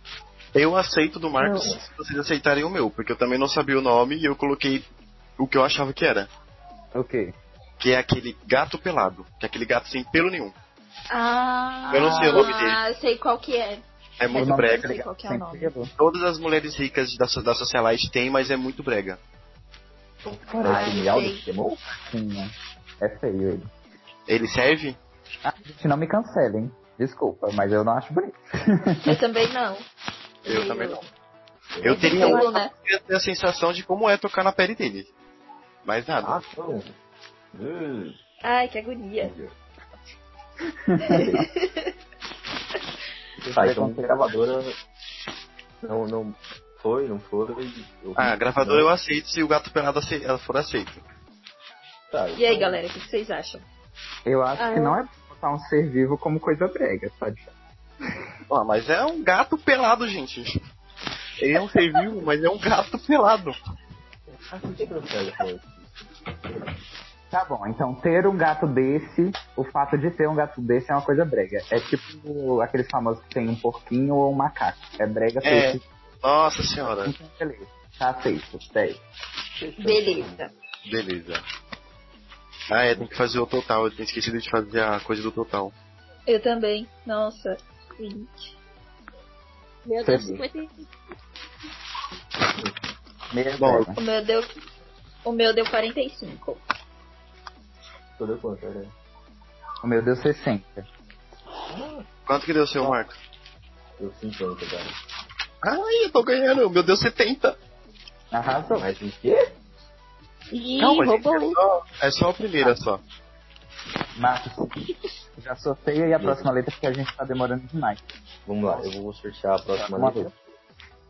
[SPEAKER 5] Eu aceito do Marcos
[SPEAKER 1] Não.
[SPEAKER 5] se vocês aceitarem o meu, porque eu também não sabia o nome e eu coloquei o que eu achava que era.
[SPEAKER 2] O quê?
[SPEAKER 5] Que é aquele gato pelado. Que é aquele gato sem pelo nenhum.
[SPEAKER 3] Ah,
[SPEAKER 5] Eu não sei o nome dele.
[SPEAKER 3] Ah, eu sei qual que é.
[SPEAKER 5] É
[SPEAKER 2] O
[SPEAKER 5] muito
[SPEAKER 2] nome
[SPEAKER 5] brega.
[SPEAKER 3] sei qual que é o
[SPEAKER 2] Sem
[SPEAKER 3] nome.
[SPEAKER 2] pelo.
[SPEAKER 5] Todas as mulheres ricas da, so- da socialite têm, mas é muito brega.
[SPEAKER 1] Cara, é
[SPEAKER 3] Ah,
[SPEAKER 1] esse miau do
[SPEAKER 3] sei.
[SPEAKER 1] Pokémon?
[SPEAKER 2] Sim, né? É feio ele.
[SPEAKER 5] Ele serve?
[SPEAKER 2] Gente, não me cancelem. Desculpa, mas eu não acho bonito.
[SPEAKER 3] Eu também não.
[SPEAKER 5] Eu
[SPEAKER 3] Meio-
[SPEAKER 5] também não. Eu
[SPEAKER 3] meio
[SPEAKER 5] teria
[SPEAKER 3] pelo,
[SPEAKER 5] um,
[SPEAKER 3] né?
[SPEAKER 5] eu tenho a sensação de como é tocar na pele dele. Mas nada.
[SPEAKER 1] Ah, não. Uh,
[SPEAKER 3] Ai, que agonia.
[SPEAKER 1] Tá,
[SPEAKER 2] um
[SPEAKER 1] então gravadora não, não foi, não foi. eu-
[SPEAKER 5] Ah, gravador eu
[SPEAKER 1] não,
[SPEAKER 5] aceito se o gato pelado ace- ela for aceito.
[SPEAKER 1] tá,
[SPEAKER 3] E aí,
[SPEAKER 1] então,
[SPEAKER 3] galera, o que vocês acham?
[SPEAKER 2] Eu acho
[SPEAKER 4] Ah,
[SPEAKER 2] que
[SPEAKER 4] eu-
[SPEAKER 2] não é bom botar um ser vivo como coisa brega, pode.
[SPEAKER 5] Ó, mas é um gato pelado, gente. Ele é um ser vivo, mas é um gato pelado.
[SPEAKER 1] Ah, por que que eu não pego com isso?
[SPEAKER 2] Tá bom, então ter um gato desse, o fato de ter um gato desse é uma coisa brega. É tipo aqueles famosos que tem um porquinho ou um macaco. É brega
[SPEAKER 5] É.
[SPEAKER 2] feito.
[SPEAKER 5] Nossa senhora.
[SPEAKER 2] Então, beleza. Tá aceito. Dez.
[SPEAKER 3] Beleza.
[SPEAKER 5] Beleza. Ah, é, tem que fazer o total. Eu tinha esquecido de fazer a coisa do total.
[SPEAKER 3] Eu também. Nossa. gente.
[SPEAKER 4] Meu Deus, é 55.
[SPEAKER 2] Meia
[SPEAKER 5] Bom,
[SPEAKER 2] brega.
[SPEAKER 3] O meu deu. O meu deu 45.
[SPEAKER 1] Tô dando conta, né?
[SPEAKER 2] O Oh, meu deu 60.
[SPEAKER 5] Quanto que deu o seu, Marcos?
[SPEAKER 1] Eu 50, cara.
[SPEAKER 5] Ai, eu tô ganhando. Meu Deus, 70.
[SPEAKER 2] Arrasou.
[SPEAKER 1] Mas o quê?
[SPEAKER 4] Ih,
[SPEAKER 5] Calma, gente.
[SPEAKER 4] roubou
[SPEAKER 5] É
[SPEAKER 4] um.
[SPEAKER 5] só, é só a primeira, só.
[SPEAKER 2] Marcos, já sorteio aí a próxima letra porque a gente tá demorando demais.
[SPEAKER 1] Vamos lá, eu vou sortear a próxima
[SPEAKER 2] Uma
[SPEAKER 1] letra.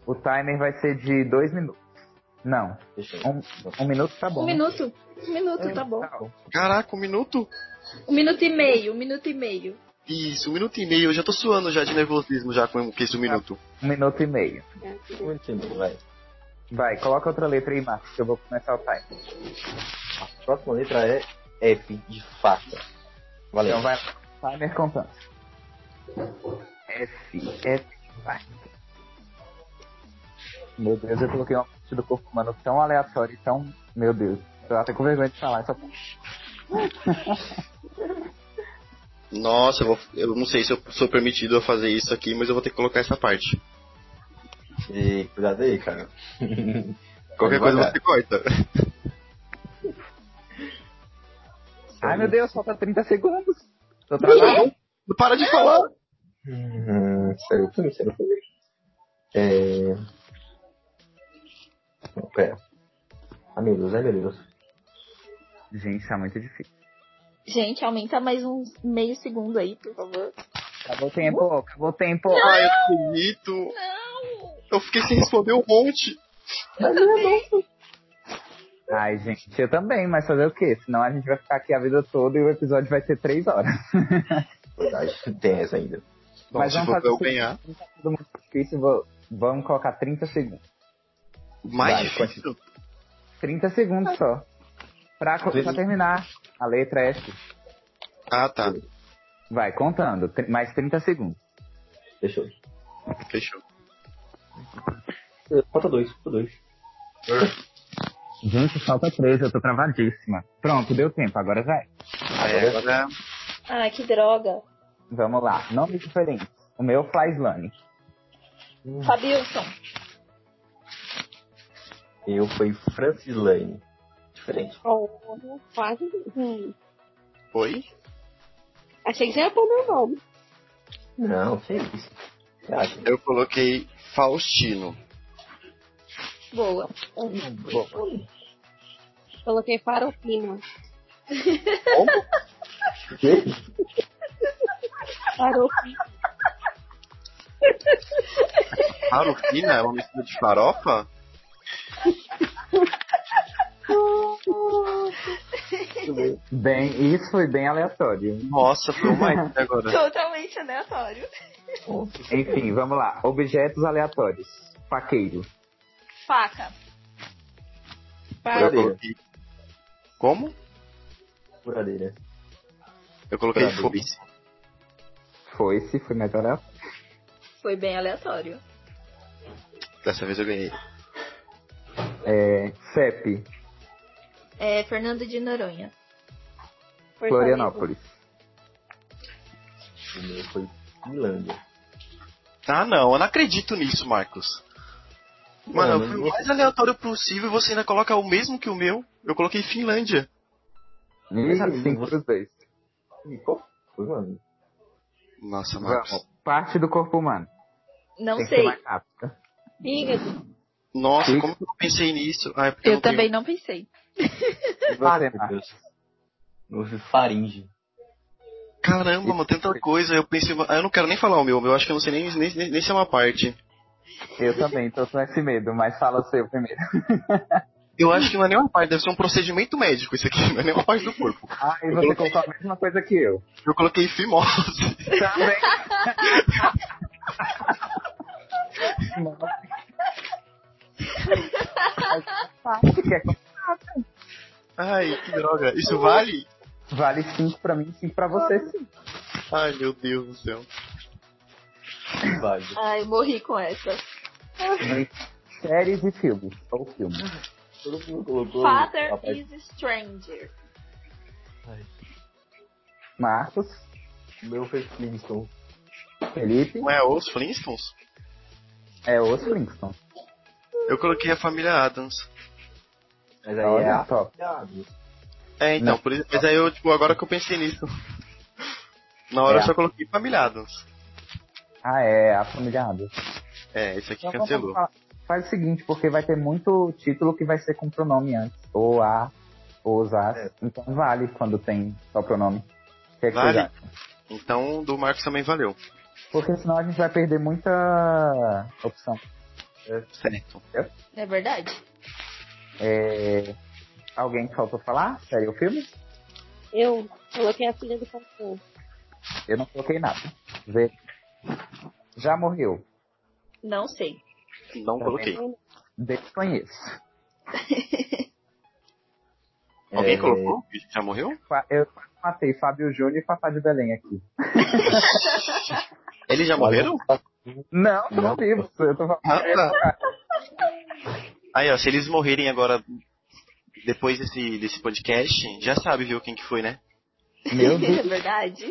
[SPEAKER 2] O timer vai ser de dois minutos. Não,
[SPEAKER 1] Deixa eu
[SPEAKER 2] um, um minuto tá bom.
[SPEAKER 3] Um minuto. Um minuto, tá bom.
[SPEAKER 2] Tá bom.
[SPEAKER 5] Caraca, um minuto?
[SPEAKER 3] Um minuto e meio, um minuto e meio.
[SPEAKER 5] Isso, um minuto e meio. Eu já tô suando já de nervosismo já com esse um minuto.
[SPEAKER 2] Um minuto e meio.
[SPEAKER 1] Um minutinho, vai.
[SPEAKER 2] Vai, coloca outra letra aí, Marcos, que eu vou começar o timer.
[SPEAKER 1] A próxima letra é F de faca. Valeu.
[SPEAKER 2] Então vai, timer contando. F, F, vai. Meu Deus, eu coloquei uma parte do corpo humano tão aleatória e tão. Meu Deus, eu até com vergonha de falar essa
[SPEAKER 5] Nossa, eu, vou- eu não sei se eu sou permitido a fazer isso aqui, mas eu vou ter que colocar essa parte.
[SPEAKER 1] E cuidado aí, cara.
[SPEAKER 5] Qualquer coisa você corta.
[SPEAKER 2] Ai meu Deus, falta 30 segundos. Tô
[SPEAKER 5] Não,
[SPEAKER 2] travado.
[SPEAKER 5] não para de falar.
[SPEAKER 1] Hum, Sério, filme, sério, filme. É. Não, Pera. Ai meu Deus, ai meu Deus.
[SPEAKER 2] Gente, tá muito difícil.
[SPEAKER 3] Gente, aumenta mais um meio segundo aí, por favor.
[SPEAKER 2] Acabou o tempo, acabou o tempo.
[SPEAKER 5] Ai, eu bonito. Eu fiquei sem responder um monte.
[SPEAKER 2] Ai, gente, eu também, mas fazer o quê? Senão a gente vai ficar aqui a vida toda e o episódio vai ter 3 horas.
[SPEAKER 1] Verdade, tem essa ainda.
[SPEAKER 5] Bom,
[SPEAKER 2] Mas
[SPEAKER 5] se
[SPEAKER 2] vamos
[SPEAKER 5] for pra
[SPEAKER 2] fazer
[SPEAKER 5] eu
[SPEAKER 2] isso.
[SPEAKER 5] ganhar.
[SPEAKER 2] Todo mundo difícil, vou- vamos colocar 30 segundos.
[SPEAKER 5] Mais
[SPEAKER 1] Vai,
[SPEAKER 5] difícil.
[SPEAKER 2] 30 segundos só. Pra, co- pra terminar, a letra é F.
[SPEAKER 5] Ah, tá.
[SPEAKER 2] Vai, contando. tr- Mais 30 segundos.
[SPEAKER 1] Fechou.
[SPEAKER 5] Fechou.
[SPEAKER 1] É, Falta dois, falta dois. É.
[SPEAKER 2] Gente, falta três, eu tô travadíssima. Pronto, deu tempo, agora vai.
[SPEAKER 5] Aí agora,
[SPEAKER 3] Ah, que droga.
[SPEAKER 2] Vamos lá, nomes diferentes. O meu, Flyslane.
[SPEAKER 3] Fabilson.
[SPEAKER 1] Eu fui Francis Lane. Diferente.
[SPEAKER 4] Oh, quase. Hum.
[SPEAKER 5] oi?
[SPEAKER 4] Achei que já ia pôr meu nome.
[SPEAKER 1] Não, que isso. Cara,
[SPEAKER 5] Eu coloquei Faustino.
[SPEAKER 3] Boa.
[SPEAKER 4] Coloquei Faropina.
[SPEAKER 1] que?
[SPEAKER 4] Faropina.
[SPEAKER 5] Farofina é uma mistura de farofa?
[SPEAKER 2] Bem, isso foi bem aleatório.
[SPEAKER 5] Nossa, foi uma ideia agora.
[SPEAKER 3] Totalmente aleatório.
[SPEAKER 2] Enfim, vamos lá. Objetos aleatórios. Faqueiro.
[SPEAKER 3] Faca.
[SPEAKER 5] Eu
[SPEAKER 1] Furadeira.
[SPEAKER 5] coloquei... Como?
[SPEAKER 1] Furadeira.
[SPEAKER 5] Eu coloquei
[SPEAKER 1] Furadeira.
[SPEAKER 5] foice.
[SPEAKER 2] Foi, se foi mais aleatório.
[SPEAKER 3] Foi bem aleatório.
[SPEAKER 5] Dessa vez eu ganhei.
[SPEAKER 2] É, CEP,
[SPEAKER 3] É, Fernando de Noronha.
[SPEAKER 2] Florianópolis.
[SPEAKER 1] O meu foi Finlândia.
[SPEAKER 5] Ah, não, eu não acredito nisso, Marcos. Mano,
[SPEAKER 1] Não,
[SPEAKER 5] eu fui
[SPEAKER 1] não-
[SPEAKER 5] o mais aleatório possível e você ainda coloca o mesmo que o meu. Eu coloquei Finlândia.
[SPEAKER 1] Sabe,
[SPEAKER 2] E cinco
[SPEAKER 1] você-
[SPEAKER 2] pros dois.
[SPEAKER 1] E qual foi, mano?
[SPEAKER 5] Nossa, Marcos.
[SPEAKER 2] Vamos. Parte do corpo humano.
[SPEAKER 3] Não
[SPEAKER 2] Tem que ser
[SPEAKER 3] sei.
[SPEAKER 2] mais rápido.
[SPEAKER 4] Fígado.
[SPEAKER 5] Nossa,
[SPEAKER 2] Sim.
[SPEAKER 5] como que eu não pensei nisso? Ah, é porque
[SPEAKER 3] Eu,
[SPEAKER 5] não tenho-
[SPEAKER 3] também não pensei.
[SPEAKER 2] E
[SPEAKER 1] Ah,
[SPEAKER 2] você,
[SPEAKER 1] meu Deus. Eu fui faringe.
[SPEAKER 5] Caramba, mano, tanta coisa. Eu pensei, ah, eu não quero nem falar o meu, eu acho que eu não sei nem, nem, nem, nem se é uma parte.
[SPEAKER 2] Marcos? Eu também tô com esse medo, mas fala o seu primeiro.
[SPEAKER 5] Eu acho que não é nem uma parte, deve ser um procedimento médico isso aqui, não é nem uma parte do corpo.
[SPEAKER 2] Ah, e você colocou a mesma coisa que eu.
[SPEAKER 5] Eu coloquei fimose.
[SPEAKER 2] Também. Parte que é com-
[SPEAKER 5] Ai, que droga. Isso vale?
[SPEAKER 2] Vale 5 pra mim, 5 pra você. sim.
[SPEAKER 5] Ai, meu Deus do céu.
[SPEAKER 1] Válido.
[SPEAKER 3] Ai, eu morri com essa.
[SPEAKER 2] Séries e filmes. Ou filmes.
[SPEAKER 1] Todo mundo colocou.
[SPEAKER 3] Father
[SPEAKER 1] a parte-
[SPEAKER 3] is Stranger.
[SPEAKER 2] Marcos,
[SPEAKER 1] O meu foi Flintstone.
[SPEAKER 2] Felipe,
[SPEAKER 5] Não é os Flintstones?
[SPEAKER 2] é os Flintstone.
[SPEAKER 5] Eu coloquei a família Adams.
[SPEAKER 1] Mas aí é.
[SPEAKER 2] Olha,
[SPEAKER 1] a-
[SPEAKER 2] top.
[SPEAKER 5] É, então,
[SPEAKER 2] Não.
[SPEAKER 5] por isso, mas aí eu, tipo, agora que eu pensei nisso. Na hora
[SPEAKER 2] É.
[SPEAKER 5] eu só coloquei família Adams.
[SPEAKER 2] Ah, é, a família Adams.
[SPEAKER 5] É, esse aqui
[SPEAKER 2] Então, vamos
[SPEAKER 5] cancelou.
[SPEAKER 2] falar- Faz o seguinte, porque vai ter muito título que vai ser com pronome antes. Ou a, ou os as.
[SPEAKER 1] É.
[SPEAKER 2] Então vale quando tem só pronome. O que é que
[SPEAKER 5] Vale.
[SPEAKER 2] vocês acham?
[SPEAKER 5] Então, do Marcos também valeu.
[SPEAKER 2] Porque senão a gente vai perder muita opção.
[SPEAKER 5] Certo.
[SPEAKER 3] É verdade?
[SPEAKER 2] É, Alguém que faltou falar? Sério, o filme?
[SPEAKER 4] Eu coloquei a filha do pastor.
[SPEAKER 2] Eu não coloquei nada. Vê. Já morreu.
[SPEAKER 3] Não sei.
[SPEAKER 5] Não
[SPEAKER 2] Tá
[SPEAKER 5] coloquei.
[SPEAKER 2] Desconheço.
[SPEAKER 5] Alguém
[SPEAKER 1] É,
[SPEAKER 5] colocou? Já morreu?
[SPEAKER 2] Fa- Eu matei Fábio Júnior e Fafá de Belém aqui.
[SPEAKER 5] Eles já morreram?
[SPEAKER 2] Não, tô
[SPEAKER 1] Não.
[SPEAKER 2] vivo. Eu tô falando.
[SPEAKER 5] Ah, tá. Aí, ó, se eles morrerem agora, depois desse, desse podcast, já sabe, viu, quem que foi, né?
[SPEAKER 2] Meu Deus.
[SPEAKER 3] é verdade?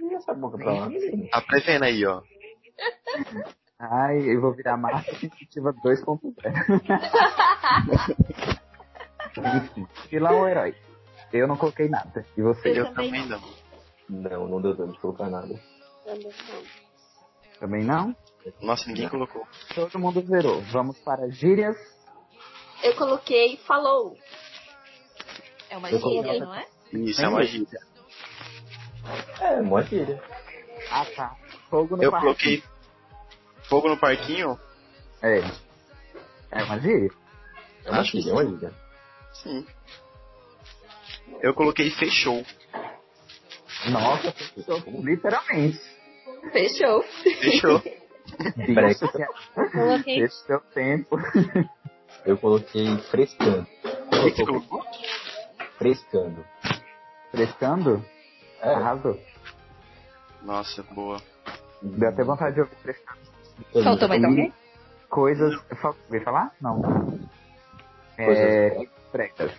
[SPEAKER 1] E essa boca pra lá?
[SPEAKER 5] Tá prevendo aí, ó.
[SPEAKER 2] Ai, eu vou virar Márcia Sensitiva 2.0. Enfim, vilão ou herói? Eu não coloquei nada. E você?
[SPEAKER 5] Eu,
[SPEAKER 3] Eu
[SPEAKER 2] Eu
[SPEAKER 5] também,
[SPEAKER 3] também
[SPEAKER 5] não.
[SPEAKER 1] Não, não deu tempo de colocar nada.
[SPEAKER 2] também não?
[SPEAKER 5] Nossa, ninguém colocou.
[SPEAKER 2] Todo mundo zerou. Vamos para gírias.
[SPEAKER 3] Eu coloquei falou. É uma
[SPEAKER 1] Eu coloquei outra.
[SPEAKER 3] gíria, não é?
[SPEAKER 5] Isso, é uma gíria.
[SPEAKER 1] É, mó gíria.
[SPEAKER 2] Ah, tá. Fogo no
[SPEAKER 5] Eu
[SPEAKER 2] parque.
[SPEAKER 5] coloquei fogo no parquinho?
[SPEAKER 2] É. É uma gíria?
[SPEAKER 1] É uma
[SPEAKER 5] Acho que
[SPEAKER 1] gíria, é uma gíria.
[SPEAKER 5] Sim. Eu coloquei fechou.
[SPEAKER 2] Nossa, literalmente.
[SPEAKER 3] Fechou.
[SPEAKER 5] Fechou.
[SPEAKER 1] Peraí.
[SPEAKER 2] Nossa,
[SPEAKER 4] Coloquei
[SPEAKER 2] Esse é o é tempo.
[SPEAKER 1] Eu coloquei frescando.
[SPEAKER 5] O que que você colocou?
[SPEAKER 1] Frescando.
[SPEAKER 2] Frescando?
[SPEAKER 1] É.
[SPEAKER 2] Arrasou.
[SPEAKER 5] Nossa, boa.
[SPEAKER 2] Deu até vontade de ouvir frescando.
[SPEAKER 1] Eu
[SPEAKER 3] Faltou mais alguém?
[SPEAKER 2] coisas. fa- Vem falar? Não. É, Pretas.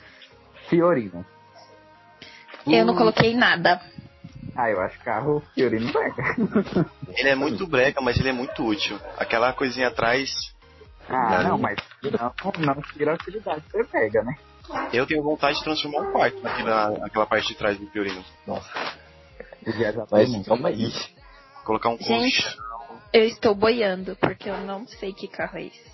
[SPEAKER 2] Fiorino. um.
[SPEAKER 3] Eu não coloquei nada.
[SPEAKER 2] Ah, eu acho carro Fiorino prega.
[SPEAKER 5] Ele é muito brega, mas ele é muito útil. Aquela coisinha atrás,
[SPEAKER 2] Ah, não, mas não, não tira a utilidade que você pega, né?
[SPEAKER 5] eu tenho vontade de transformar um quarto naquela, naquela parte de trás do Piorino.
[SPEAKER 1] Nossa,
[SPEAKER 2] O dia já tá
[SPEAKER 1] mas
[SPEAKER 2] muito.
[SPEAKER 1] calma aí.
[SPEAKER 5] Colocar um
[SPEAKER 3] Gente.
[SPEAKER 5] colchão.
[SPEAKER 3] Eu estou boiando, porque eu não sei que carro é esse.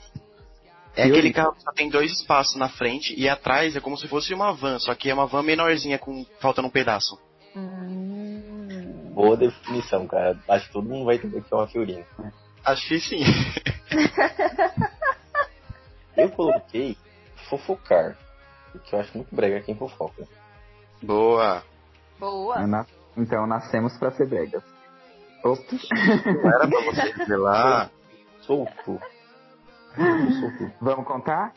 [SPEAKER 5] É aquele carro que só tem dois espaços na frente e atrás é como se fosse uma van, só que é uma van menorzinha com faltando um pedaço.
[SPEAKER 3] Hum.
[SPEAKER 1] Boa definição, cara. Acho que todo mundo vai entender que é uma Fiorino.
[SPEAKER 5] Acho que sim.
[SPEAKER 1] Eu coloquei fofocar, que eu acho muito brega quem fofoca.
[SPEAKER 5] Boa.
[SPEAKER 3] Boa.
[SPEAKER 2] Na- Então nascemos pra ser bregas. Ops,
[SPEAKER 5] Não era pra você revelar.
[SPEAKER 1] Solto. um Solto.
[SPEAKER 2] vamos contar?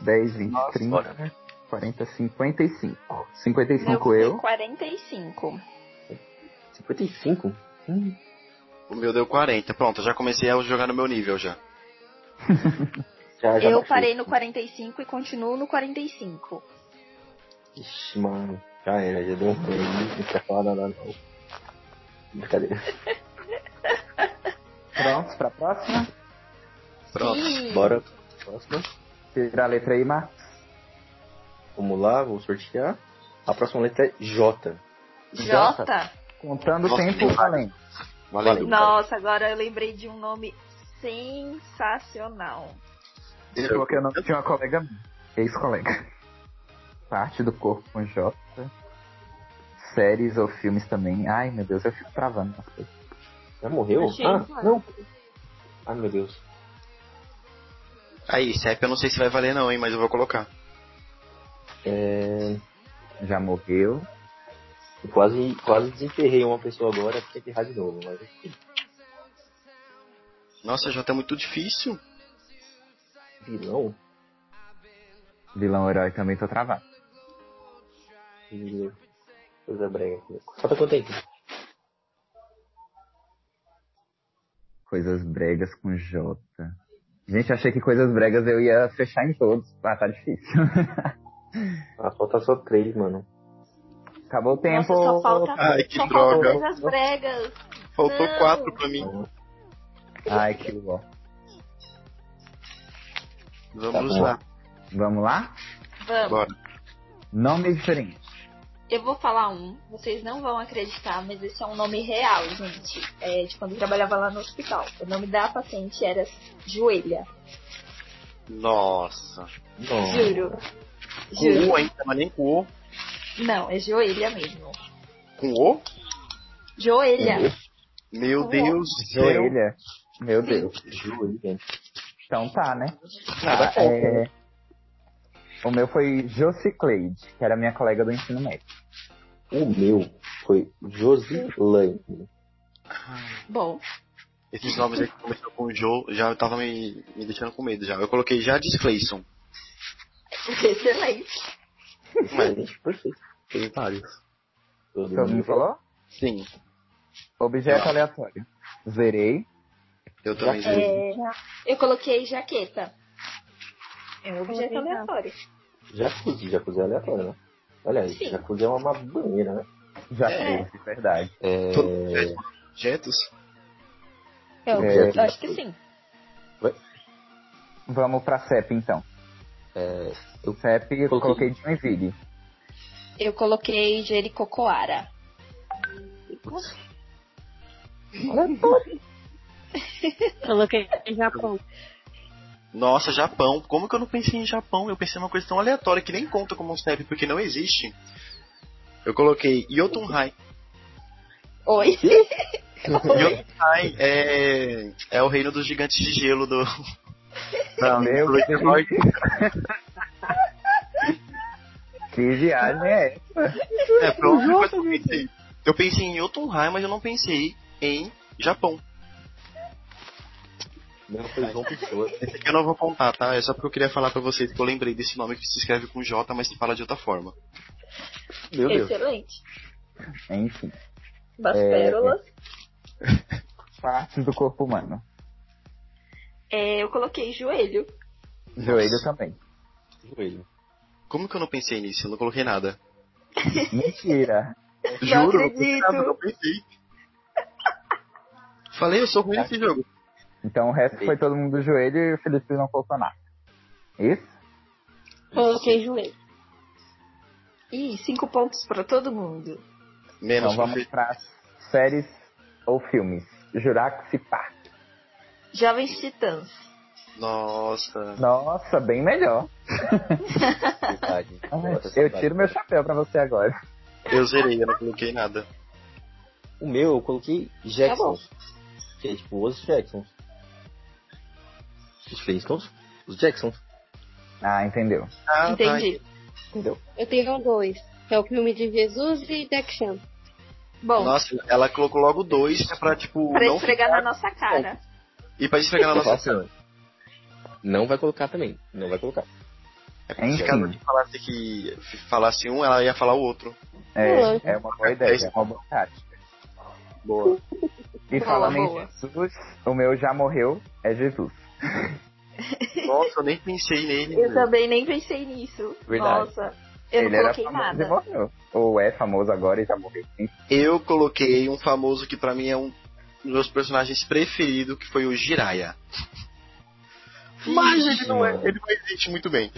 [SPEAKER 2] 10, 20, 30,
[SPEAKER 1] bora.
[SPEAKER 2] 40, 55. 55 eu.
[SPEAKER 3] 45.
[SPEAKER 1] 55? Hum.
[SPEAKER 5] O meu deu 40. Pronto, eu já comecei a jogar no meu nível já.
[SPEAKER 1] Já, já
[SPEAKER 3] eu
[SPEAKER 1] baixou.
[SPEAKER 3] parei no 45 e continuo no 45.
[SPEAKER 1] Ixi, mano. Já era, já deu um play. Não quer falar nada, não. Brincadeira.
[SPEAKER 2] Prontos pra próxima?
[SPEAKER 5] Pronto.
[SPEAKER 3] Sim.
[SPEAKER 1] Bora. Próxima.
[SPEAKER 2] Tira a letra aí, Marcos.
[SPEAKER 1] Vamos lá, vou sortear. A próxima letra é J.
[SPEAKER 3] Jota.
[SPEAKER 2] Contando o
[SPEAKER 5] Nossa,
[SPEAKER 2] tempo
[SPEAKER 5] que
[SPEAKER 2] valendo.
[SPEAKER 5] Valeu.
[SPEAKER 3] Nossa, agora eu lembrei de um nome sensacional.
[SPEAKER 2] Ele falou que eu não tinha uma colega minha. Ex-colega. Parte do corpo com J. Séries ou filmes também. Ai, meu Deus, eu fico travando. as coisas.
[SPEAKER 1] Já morreu?
[SPEAKER 4] Achei,
[SPEAKER 1] ah,
[SPEAKER 4] claro.
[SPEAKER 1] não. Ai, meu Deus.
[SPEAKER 5] Aí, CEP eu não sei se vai valer não, hein, mas eu vou colocar.
[SPEAKER 1] É...
[SPEAKER 2] Já morreu.
[SPEAKER 1] eu Quase, quase desenterrei uma pessoa agora, porque enterrar de novo. Mas...
[SPEAKER 5] Nossa, Jota é muito difícil.
[SPEAKER 1] Vilão?
[SPEAKER 2] Vilão herói também tô travado.
[SPEAKER 1] Vilão. Coisa brega. Falta quanto tempo?
[SPEAKER 2] Coisas bregas com J. Gente, achei que coisas bregas eu ia fechar em todos. Ah, tá difícil.
[SPEAKER 1] Ah, falta só três, mano.
[SPEAKER 2] Acabou o tempo.
[SPEAKER 3] Nossa, só falta.
[SPEAKER 5] Ai, que
[SPEAKER 3] só
[SPEAKER 5] droga.
[SPEAKER 3] faltam as bregas.
[SPEAKER 5] Faltou
[SPEAKER 3] Não.
[SPEAKER 5] quatro pra mim.
[SPEAKER 2] Ai, que bom.
[SPEAKER 5] Vamos
[SPEAKER 1] Tá bom.
[SPEAKER 5] lá.
[SPEAKER 2] Vamos lá?
[SPEAKER 3] Vamos.
[SPEAKER 5] Bora.
[SPEAKER 2] Nome diferente.
[SPEAKER 3] Eu vou falar um, vocês não vão acreditar, mas esse é um nome real, gente. É de quando eu trabalhava lá no hospital. O nome da paciente era Joelha.
[SPEAKER 5] Nossa.
[SPEAKER 1] Não.
[SPEAKER 3] Juro.
[SPEAKER 5] Com U
[SPEAKER 3] Juro.
[SPEAKER 5] ainda, mas nem com O.
[SPEAKER 3] Não, é Joelha mesmo.
[SPEAKER 5] Com O?
[SPEAKER 3] Joelha.
[SPEAKER 5] Meu
[SPEAKER 3] Com O.
[SPEAKER 5] Deus do céu.
[SPEAKER 2] Joelha. Meu Deus.
[SPEAKER 1] Joelho, gente.
[SPEAKER 2] Então tá, né?
[SPEAKER 5] Nada
[SPEAKER 2] Ah, é, O meu foi Jocicleide, que era minha colega do ensino médio.
[SPEAKER 1] O meu foi Josilaine.
[SPEAKER 3] Bom,
[SPEAKER 5] Esses nomes aí que começou com o Joe já eu tava me, me deixando com medo já. Eu coloquei já Clayson.
[SPEAKER 3] excelente.
[SPEAKER 1] Excelente, perfeito. Tem vários. Todo
[SPEAKER 2] Todo mundo falou?
[SPEAKER 5] Sim,
[SPEAKER 2] Objeto aleatório. Zerei.
[SPEAKER 5] eu também zerei.
[SPEAKER 3] É, eu coloquei jaqueta. É um objeto
[SPEAKER 4] Coloquei nada.
[SPEAKER 3] aleatório.
[SPEAKER 1] Jacuzzi, jacuzzi é aleatório, né? Aliás,
[SPEAKER 3] Sim.
[SPEAKER 1] jacuzzi é uma banheira, né?
[SPEAKER 2] Já
[SPEAKER 5] É.
[SPEAKER 2] teve, verdade.
[SPEAKER 1] É...
[SPEAKER 5] Todo- Objetos?
[SPEAKER 3] Eu,
[SPEAKER 2] É.
[SPEAKER 3] eu acho que sim.
[SPEAKER 2] Vamos pra CEP, então.
[SPEAKER 1] é,
[SPEAKER 2] O CEP eu coloquei Joinville.
[SPEAKER 3] Eu coloquei Jericocoara.
[SPEAKER 4] Coloquei Japão.
[SPEAKER 5] Nossa, Japão. Como que eu não pensei em Japão? Eu pensei numa coisa tão aleatória que nem conta como um step, porque não existe. Eu coloquei Yotunhai.
[SPEAKER 3] Oi.
[SPEAKER 5] Yotunhai é, é o reino dos gigantes de gelo do...
[SPEAKER 2] Não, meu
[SPEAKER 5] do
[SPEAKER 2] Deus.
[SPEAKER 5] norte.
[SPEAKER 2] Que viagem é essa?
[SPEAKER 5] É, foi a única coisa que eu pensei. Eu pensei em Yotunhai, mas eu não pensei em Japão.
[SPEAKER 1] Não foi João Pessoa.
[SPEAKER 5] Esse aqui eu não vou contar, tá? É só porque eu queria falar pra vocês que eu lembrei desse nome que se escreve com J, mas se fala de outra forma.
[SPEAKER 1] Meu Deus.
[SPEAKER 3] Excelente.
[SPEAKER 2] Enfim.
[SPEAKER 3] Das
[SPEAKER 2] É.
[SPEAKER 3] pérolas.
[SPEAKER 2] Partes do corpo humano.
[SPEAKER 3] É, eu coloquei joelho.
[SPEAKER 2] Joelho também.
[SPEAKER 1] Joelho.
[SPEAKER 5] Como que eu não pensei nisso? Eu não coloquei nada.
[SPEAKER 2] Mentira.
[SPEAKER 5] Juro, não
[SPEAKER 3] acredito.
[SPEAKER 5] coloquei nada, eu não pensei. Falei, eu sou ruim nesse jogo.
[SPEAKER 2] Então o resto foi todo mundo joelho e o Felipe não colocou nada. Isso?
[SPEAKER 4] Coloquei joelho.
[SPEAKER 3] Ih, cinco pontos pra todo mundo.
[SPEAKER 5] Menos
[SPEAKER 2] Então vamos para séries ou filmes. Jurassic Park.
[SPEAKER 3] Jovens Titãs.
[SPEAKER 5] Nossa.
[SPEAKER 2] Nossa, bem melhor.
[SPEAKER 1] Verdade.
[SPEAKER 2] Ah, Eu tiro meu chapéu pra você agora.
[SPEAKER 5] Eu zerei, eu não coloquei nada.
[SPEAKER 1] O meu, eu coloquei Jackson. que é tipo os Jacksons. Os Flintstones? Os Jacksons.
[SPEAKER 2] Ah, entendeu.
[SPEAKER 5] Ah,
[SPEAKER 3] Entendi.
[SPEAKER 1] Entendeu?
[SPEAKER 4] Eu tenho dois. Que é o filme de Jesus e Jack Chan.
[SPEAKER 5] Tá.
[SPEAKER 3] Bom,
[SPEAKER 5] Nossa, ela colocou logo dois que é pra, tipo,
[SPEAKER 3] pra
[SPEAKER 5] não
[SPEAKER 3] esfregar na nossa cara.
[SPEAKER 5] E pra esfregar na
[SPEAKER 1] Eu falo
[SPEAKER 5] nossa
[SPEAKER 1] assim,
[SPEAKER 5] cara.
[SPEAKER 1] não vai colocar também. Não vai colocar.
[SPEAKER 5] É porque se cada um falasse que falasse um, ela ia falar o outro.
[SPEAKER 2] É, é uma boa ideia, é uma boa tática.
[SPEAKER 5] Boa.
[SPEAKER 2] E
[SPEAKER 3] Boa,
[SPEAKER 2] falando
[SPEAKER 3] boa.
[SPEAKER 2] em Jesus, o meu já morreu, é Jesus.
[SPEAKER 5] Nossa, eu nem pensei nele.
[SPEAKER 3] Eu
[SPEAKER 5] velho.
[SPEAKER 3] também nem pensei nisso.
[SPEAKER 2] Verdade.
[SPEAKER 3] Nossa, eu
[SPEAKER 2] Ele
[SPEAKER 3] não
[SPEAKER 2] era
[SPEAKER 3] coloquei
[SPEAKER 2] famoso e
[SPEAKER 3] nada.
[SPEAKER 2] morreu. Ou é famoso agora e já morreu. Enfim,
[SPEAKER 5] Eu coloquei um famoso que pra mim é um dos meus personagens preferidos, que foi o Jiraya. Mas ele não é, ele não existe muito bem.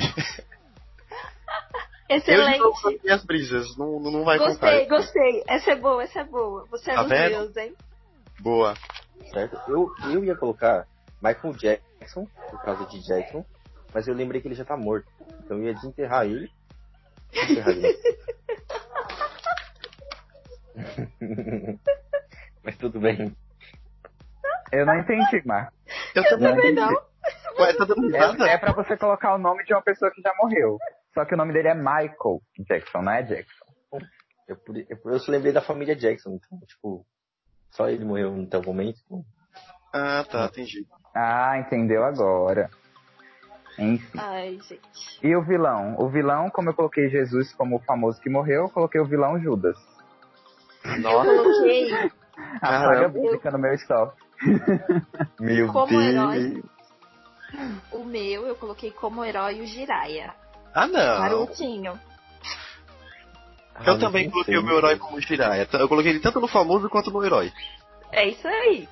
[SPEAKER 5] Eu de novo
[SPEAKER 3] Excelente.
[SPEAKER 5] coloquei as brisas, não, não não vai
[SPEAKER 3] Gostei,
[SPEAKER 5] contar.
[SPEAKER 3] gostei. Essa é boa, essa é boa. Você é
[SPEAKER 5] Tá
[SPEAKER 3] dos
[SPEAKER 5] vendo?
[SPEAKER 3] meus, hein?
[SPEAKER 5] Boa.
[SPEAKER 1] Certo? Eu, eu ia colocar Michael Jackson, por causa de Jackson, mas eu lembrei que ele já tá morto. Então eu ia desenterrar ele. Desenterrar ele. mas tudo bem.
[SPEAKER 2] Eu não entendi, Marco.
[SPEAKER 5] Eu também.
[SPEAKER 2] Não entendi.
[SPEAKER 5] Ué, tá dando risada?
[SPEAKER 2] É, é pra você colocar o nome de uma pessoa que já morreu. Só que o nome dele é Michael Jackson, não é Jackson?
[SPEAKER 1] Eu, por- eu, por- eu só lembrei da família Jackson, então, tipo, só ele morreu em tal momento.
[SPEAKER 5] Ah, tá, entendi.
[SPEAKER 2] Ah, entendeu agora. Enfim.
[SPEAKER 3] Ai, gente.
[SPEAKER 2] E o vilão? O vilão, como eu coloquei Jesus como o famoso que morreu, eu coloquei o vilão Judas.
[SPEAKER 5] Nossa.
[SPEAKER 3] Coloquei
[SPEAKER 2] A
[SPEAKER 5] Caramba.
[SPEAKER 2] saga é bíblica no meu stop.
[SPEAKER 5] Meu
[SPEAKER 3] Como
[SPEAKER 5] Deus.
[SPEAKER 3] herói. o meu, eu coloquei como herói o Jiraya.
[SPEAKER 5] Ah, não.
[SPEAKER 3] Marotinho.
[SPEAKER 5] Eu também coloquei o meu herói como Jiraya. Eu coloquei ele tanto no famoso quanto no herói.
[SPEAKER 3] É isso aí.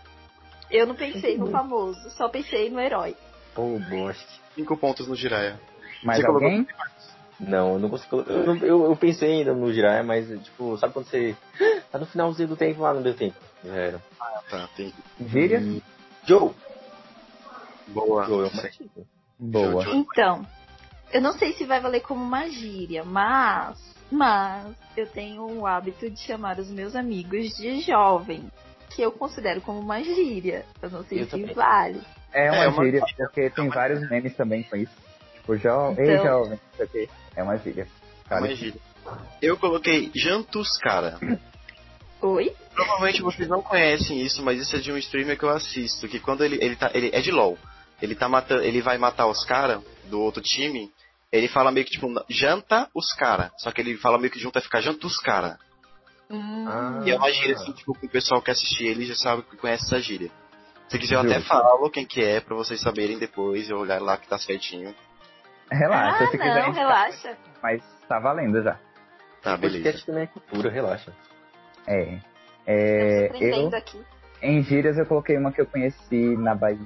[SPEAKER 3] Eu não pensei no famoso, só pensei no herói.
[SPEAKER 1] Pô, bosta.
[SPEAKER 5] Cinco pontos no Jiraya.
[SPEAKER 2] Mais
[SPEAKER 5] Você colocou-
[SPEAKER 2] alguém?
[SPEAKER 1] Não, eu não consigo colocar. Eu, não- eu, eu pensei ainda no Jiraiya, mas, tipo, sabe quando você. Tá no finalzinho do tempo lá, não deu tempo. É. Já era.
[SPEAKER 5] Ah, tá, entendi.
[SPEAKER 2] Gíria?
[SPEAKER 5] Hum.
[SPEAKER 1] Hum. Joe!
[SPEAKER 5] Boa.
[SPEAKER 1] Joe é o mais típico.
[SPEAKER 2] Boa.
[SPEAKER 3] Então, eu não sei se vai valer como uma gíria, mas, mas eu tenho o hábito de chamar os meus amigos de jovem, que eu considero como uma gíria. Eu não sei
[SPEAKER 1] Eu
[SPEAKER 3] se
[SPEAKER 1] também.
[SPEAKER 3] vale.
[SPEAKER 2] É uma,
[SPEAKER 5] É uma
[SPEAKER 2] gíria, porque tem vários memes também com isso. Tipo, jo... ei
[SPEAKER 3] Então.
[SPEAKER 2] jovem, isso aqui. É uma gíria. Cara,
[SPEAKER 5] Mas, Gil, Eu coloquei Jantus Cara.
[SPEAKER 3] Oi?
[SPEAKER 5] Provavelmente vocês não conhecem isso, mas isso é de um streamer que eu assisto, que quando ele ele tá ele é de LoL. Ele tá matando, ele vai matar os caras do outro time, ele fala meio que tipo janta os cara, só que ele fala meio que junto é ficar janta os cara.
[SPEAKER 2] Ah.
[SPEAKER 3] Hum,
[SPEAKER 5] E é uma gíria assim, tipo, que o pessoal que assistir ele já sabe que conhece essa gíria. Se quiser eu até
[SPEAKER 2] Justo.
[SPEAKER 5] falo quem que é pra vocês saberem depois, eu olhar lá que tá certinho.
[SPEAKER 2] Relaxa,
[SPEAKER 3] ah,
[SPEAKER 2] se quiser.
[SPEAKER 3] não, relaxa.
[SPEAKER 2] Mas tá valendo já.
[SPEAKER 5] Tá, beleza.
[SPEAKER 1] Podcast também é cultura, relaxa.
[SPEAKER 2] É. É,
[SPEAKER 3] Estamos
[SPEAKER 2] eu,
[SPEAKER 3] aprendendo aqui.
[SPEAKER 2] em gírias, eu coloquei uma que eu conheci na Bahia,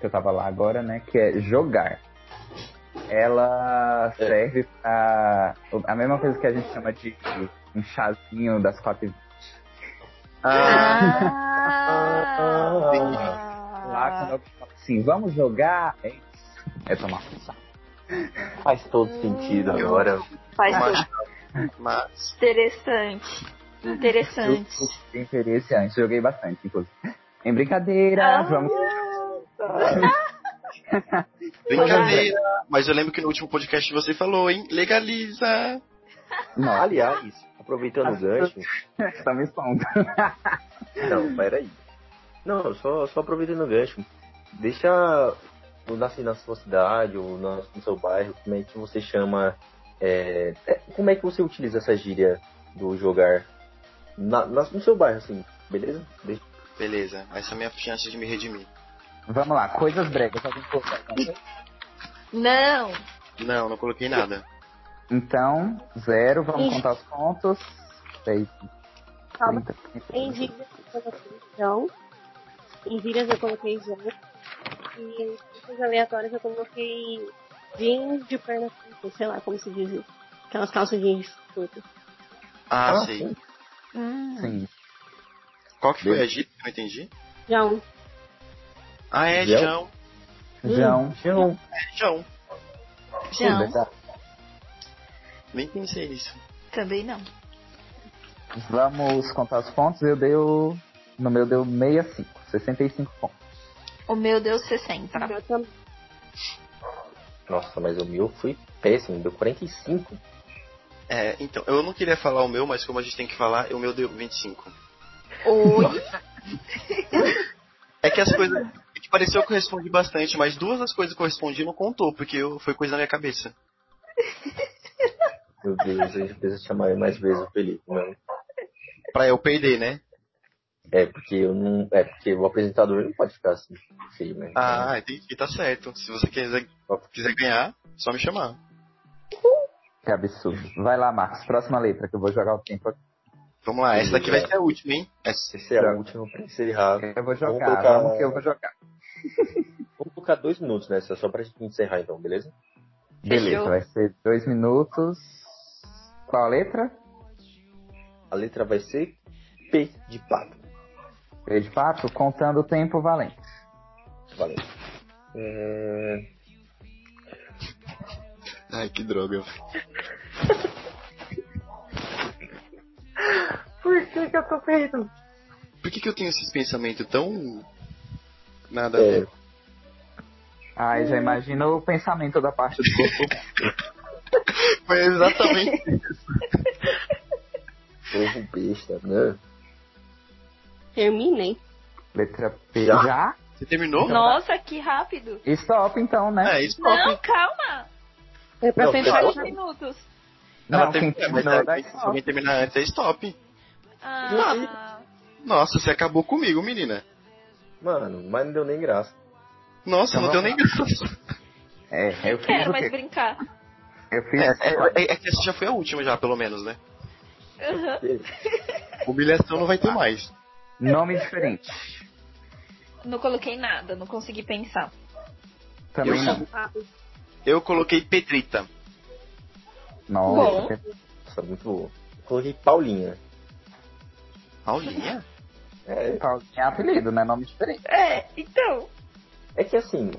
[SPEAKER 2] que eu tava lá agora, né? Que é jogar. Ela
[SPEAKER 1] É.
[SPEAKER 2] serve pra. A mesma coisa que a gente chama de um chazinho das quatro.
[SPEAKER 5] Ah,
[SPEAKER 2] Lá, quando eu falo assim, vamos jogar. É isso. É tomar um chá.
[SPEAKER 1] Faz todo sentido
[SPEAKER 3] Hum.
[SPEAKER 1] agora.
[SPEAKER 3] Faz tudo.
[SPEAKER 5] mas, mas
[SPEAKER 3] Interessante. Interessante.
[SPEAKER 2] Eu tenho interesse antes, joguei bastante, inclusive. Em brincadeira,
[SPEAKER 3] Ah.
[SPEAKER 2] vamos.
[SPEAKER 5] brincadeira. Mas eu lembro que no último podcast você falou, hein? Legaliza!
[SPEAKER 2] Nossa,
[SPEAKER 1] Aliás, aproveitando o gancho.
[SPEAKER 2] tá me expondo.
[SPEAKER 1] Não, peraí. Não, só, só aproveitando o gancho. Deixa o- na, na sua cidade ou na- no seu bairro, como é que você chama. é, é, como é que você utiliza essa gíria do jogar na- na- no seu bairro, assim, beleza? Deixa-
[SPEAKER 5] Beleza, essa é a minha chance de me redimir.
[SPEAKER 2] Vamos lá, coisas bregas. Alguém colocou alguma coisa?
[SPEAKER 3] Não!
[SPEAKER 5] Não, não coloquei nada.
[SPEAKER 2] Então, zero, vamos contar os pontos. Seis,
[SPEAKER 4] Calma.
[SPEAKER 2] 30, 30,
[SPEAKER 4] Em gírias eu coloquei João. Em gírias eu coloquei João. E em coisas aleatórias eu coloquei jeans de perna curta, sei lá como se diz isso. Aquelas calças jeans curtas.
[SPEAKER 5] Ah,
[SPEAKER 2] Ah,
[SPEAKER 5] sei.
[SPEAKER 3] Hum.
[SPEAKER 2] Sim.
[SPEAKER 5] Qual que foi a gíria? Não entendi.
[SPEAKER 4] João.
[SPEAKER 5] Ah, é
[SPEAKER 1] Gel?
[SPEAKER 5] João.
[SPEAKER 2] João. João.
[SPEAKER 5] É João.
[SPEAKER 3] João.
[SPEAKER 5] Nem pensei nisso.
[SPEAKER 3] Também não.
[SPEAKER 2] Vamos contar os pontos. Eu dei o... No meu deu 65. 65 pontos.
[SPEAKER 3] O meu deu 60.
[SPEAKER 4] Eu também.
[SPEAKER 1] Nossa, mas o meu foi péssimo, deu 45.
[SPEAKER 5] É, então, eu não queria falar o meu, mas como a gente tem que falar, o meu deu 25.
[SPEAKER 3] Oi?
[SPEAKER 5] É que as coisas. é que pareceu que eu respondi bastante, mas duas das coisas que eu respondi não contou, porque eu, foi coisa na minha cabeça.
[SPEAKER 1] Meu Deus, a gente precisa chamar mais vezes o né? Felipe, mano.
[SPEAKER 5] Pra eu perder, né?
[SPEAKER 1] É, porque eu não. É, porque o apresentador ele não pode ficar assim, feio, né?
[SPEAKER 5] Ah, entendi, tá certo. Se você quiser, quiser ganhar, só me chamar.
[SPEAKER 2] Que absurdo. Vai lá, Marcos. Próxima letra, que eu vou jogar o tempo aqui.
[SPEAKER 5] Vamos lá, essa daqui vai ser a última, hein? Essa-
[SPEAKER 1] Essa é a última pra encerrar.
[SPEAKER 2] Eu vou jogar.
[SPEAKER 1] Vamos colocar-
[SPEAKER 2] Vamos que eu vou jogar.
[SPEAKER 1] Vamos colocar dois minutos nessa, só pra gente encerrar então, beleza?
[SPEAKER 2] Beleza, vai ser dois minutos. Qual a letra?
[SPEAKER 1] A letra vai ser P de pato.
[SPEAKER 2] P de pato, contando o tempo valente.
[SPEAKER 1] Valeu. É,
[SPEAKER 5] Ai, que droga.
[SPEAKER 4] Por que, que eu tô perdendo?
[SPEAKER 5] Por que, que eu tenho esses pensamentos tão. Nada a
[SPEAKER 1] É.
[SPEAKER 5] ver?
[SPEAKER 2] Ai, já imagina o pensamento da parte do corpo.
[SPEAKER 5] Foi exatamente.
[SPEAKER 1] povo besta, né?
[SPEAKER 4] Terminei.
[SPEAKER 2] Letra P.
[SPEAKER 1] Já?
[SPEAKER 2] Já?
[SPEAKER 5] Você terminou?
[SPEAKER 3] Nossa, que rápido.
[SPEAKER 2] Stop, então, né?
[SPEAKER 5] É, isso
[SPEAKER 3] Não, calma.
[SPEAKER 4] É pra
[SPEAKER 1] Não,
[SPEAKER 4] pensar
[SPEAKER 1] Claro.
[SPEAKER 3] Dois
[SPEAKER 1] pera
[SPEAKER 4] que
[SPEAKER 3] minutos.
[SPEAKER 5] Ela
[SPEAKER 2] Não, quem
[SPEAKER 5] terminou, mas
[SPEAKER 2] terminou, dá
[SPEAKER 5] aí, se alguém
[SPEAKER 2] stop.
[SPEAKER 5] terminar antes, é stop.
[SPEAKER 3] Ah,
[SPEAKER 5] Nossa, você acabou comigo, menina.
[SPEAKER 1] Mano, mas não deu nem graça.
[SPEAKER 5] Nossa,
[SPEAKER 2] Então
[SPEAKER 5] não deu nem
[SPEAKER 2] vamos
[SPEAKER 5] graça.
[SPEAKER 2] É, eu fiz
[SPEAKER 3] quero
[SPEAKER 2] o
[SPEAKER 3] mais
[SPEAKER 2] quê?
[SPEAKER 3] brincar.
[SPEAKER 2] Eu fiz
[SPEAKER 5] É, é- é que essa já foi a última, já, pelo menos, né?
[SPEAKER 3] Aham.
[SPEAKER 5] Humilhação não vai ter mais.
[SPEAKER 2] nome diferente.
[SPEAKER 3] Não coloquei nada, não consegui pensar.
[SPEAKER 2] Também
[SPEAKER 5] Eu
[SPEAKER 2] não.
[SPEAKER 5] Eu coloquei Pedrita.
[SPEAKER 3] Bom.
[SPEAKER 2] Nossa,
[SPEAKER 1] Nossa, muito boa. Eu coloquei Paulinha.
[SPEAKER 5] Paulinha?
[SPEAKER 1] É,
[SPEAKER 2] Paulinha é apelido, né? Nome diferente.
[SPEAKER 3] É, então.
[SPEAKER 1] é que assim,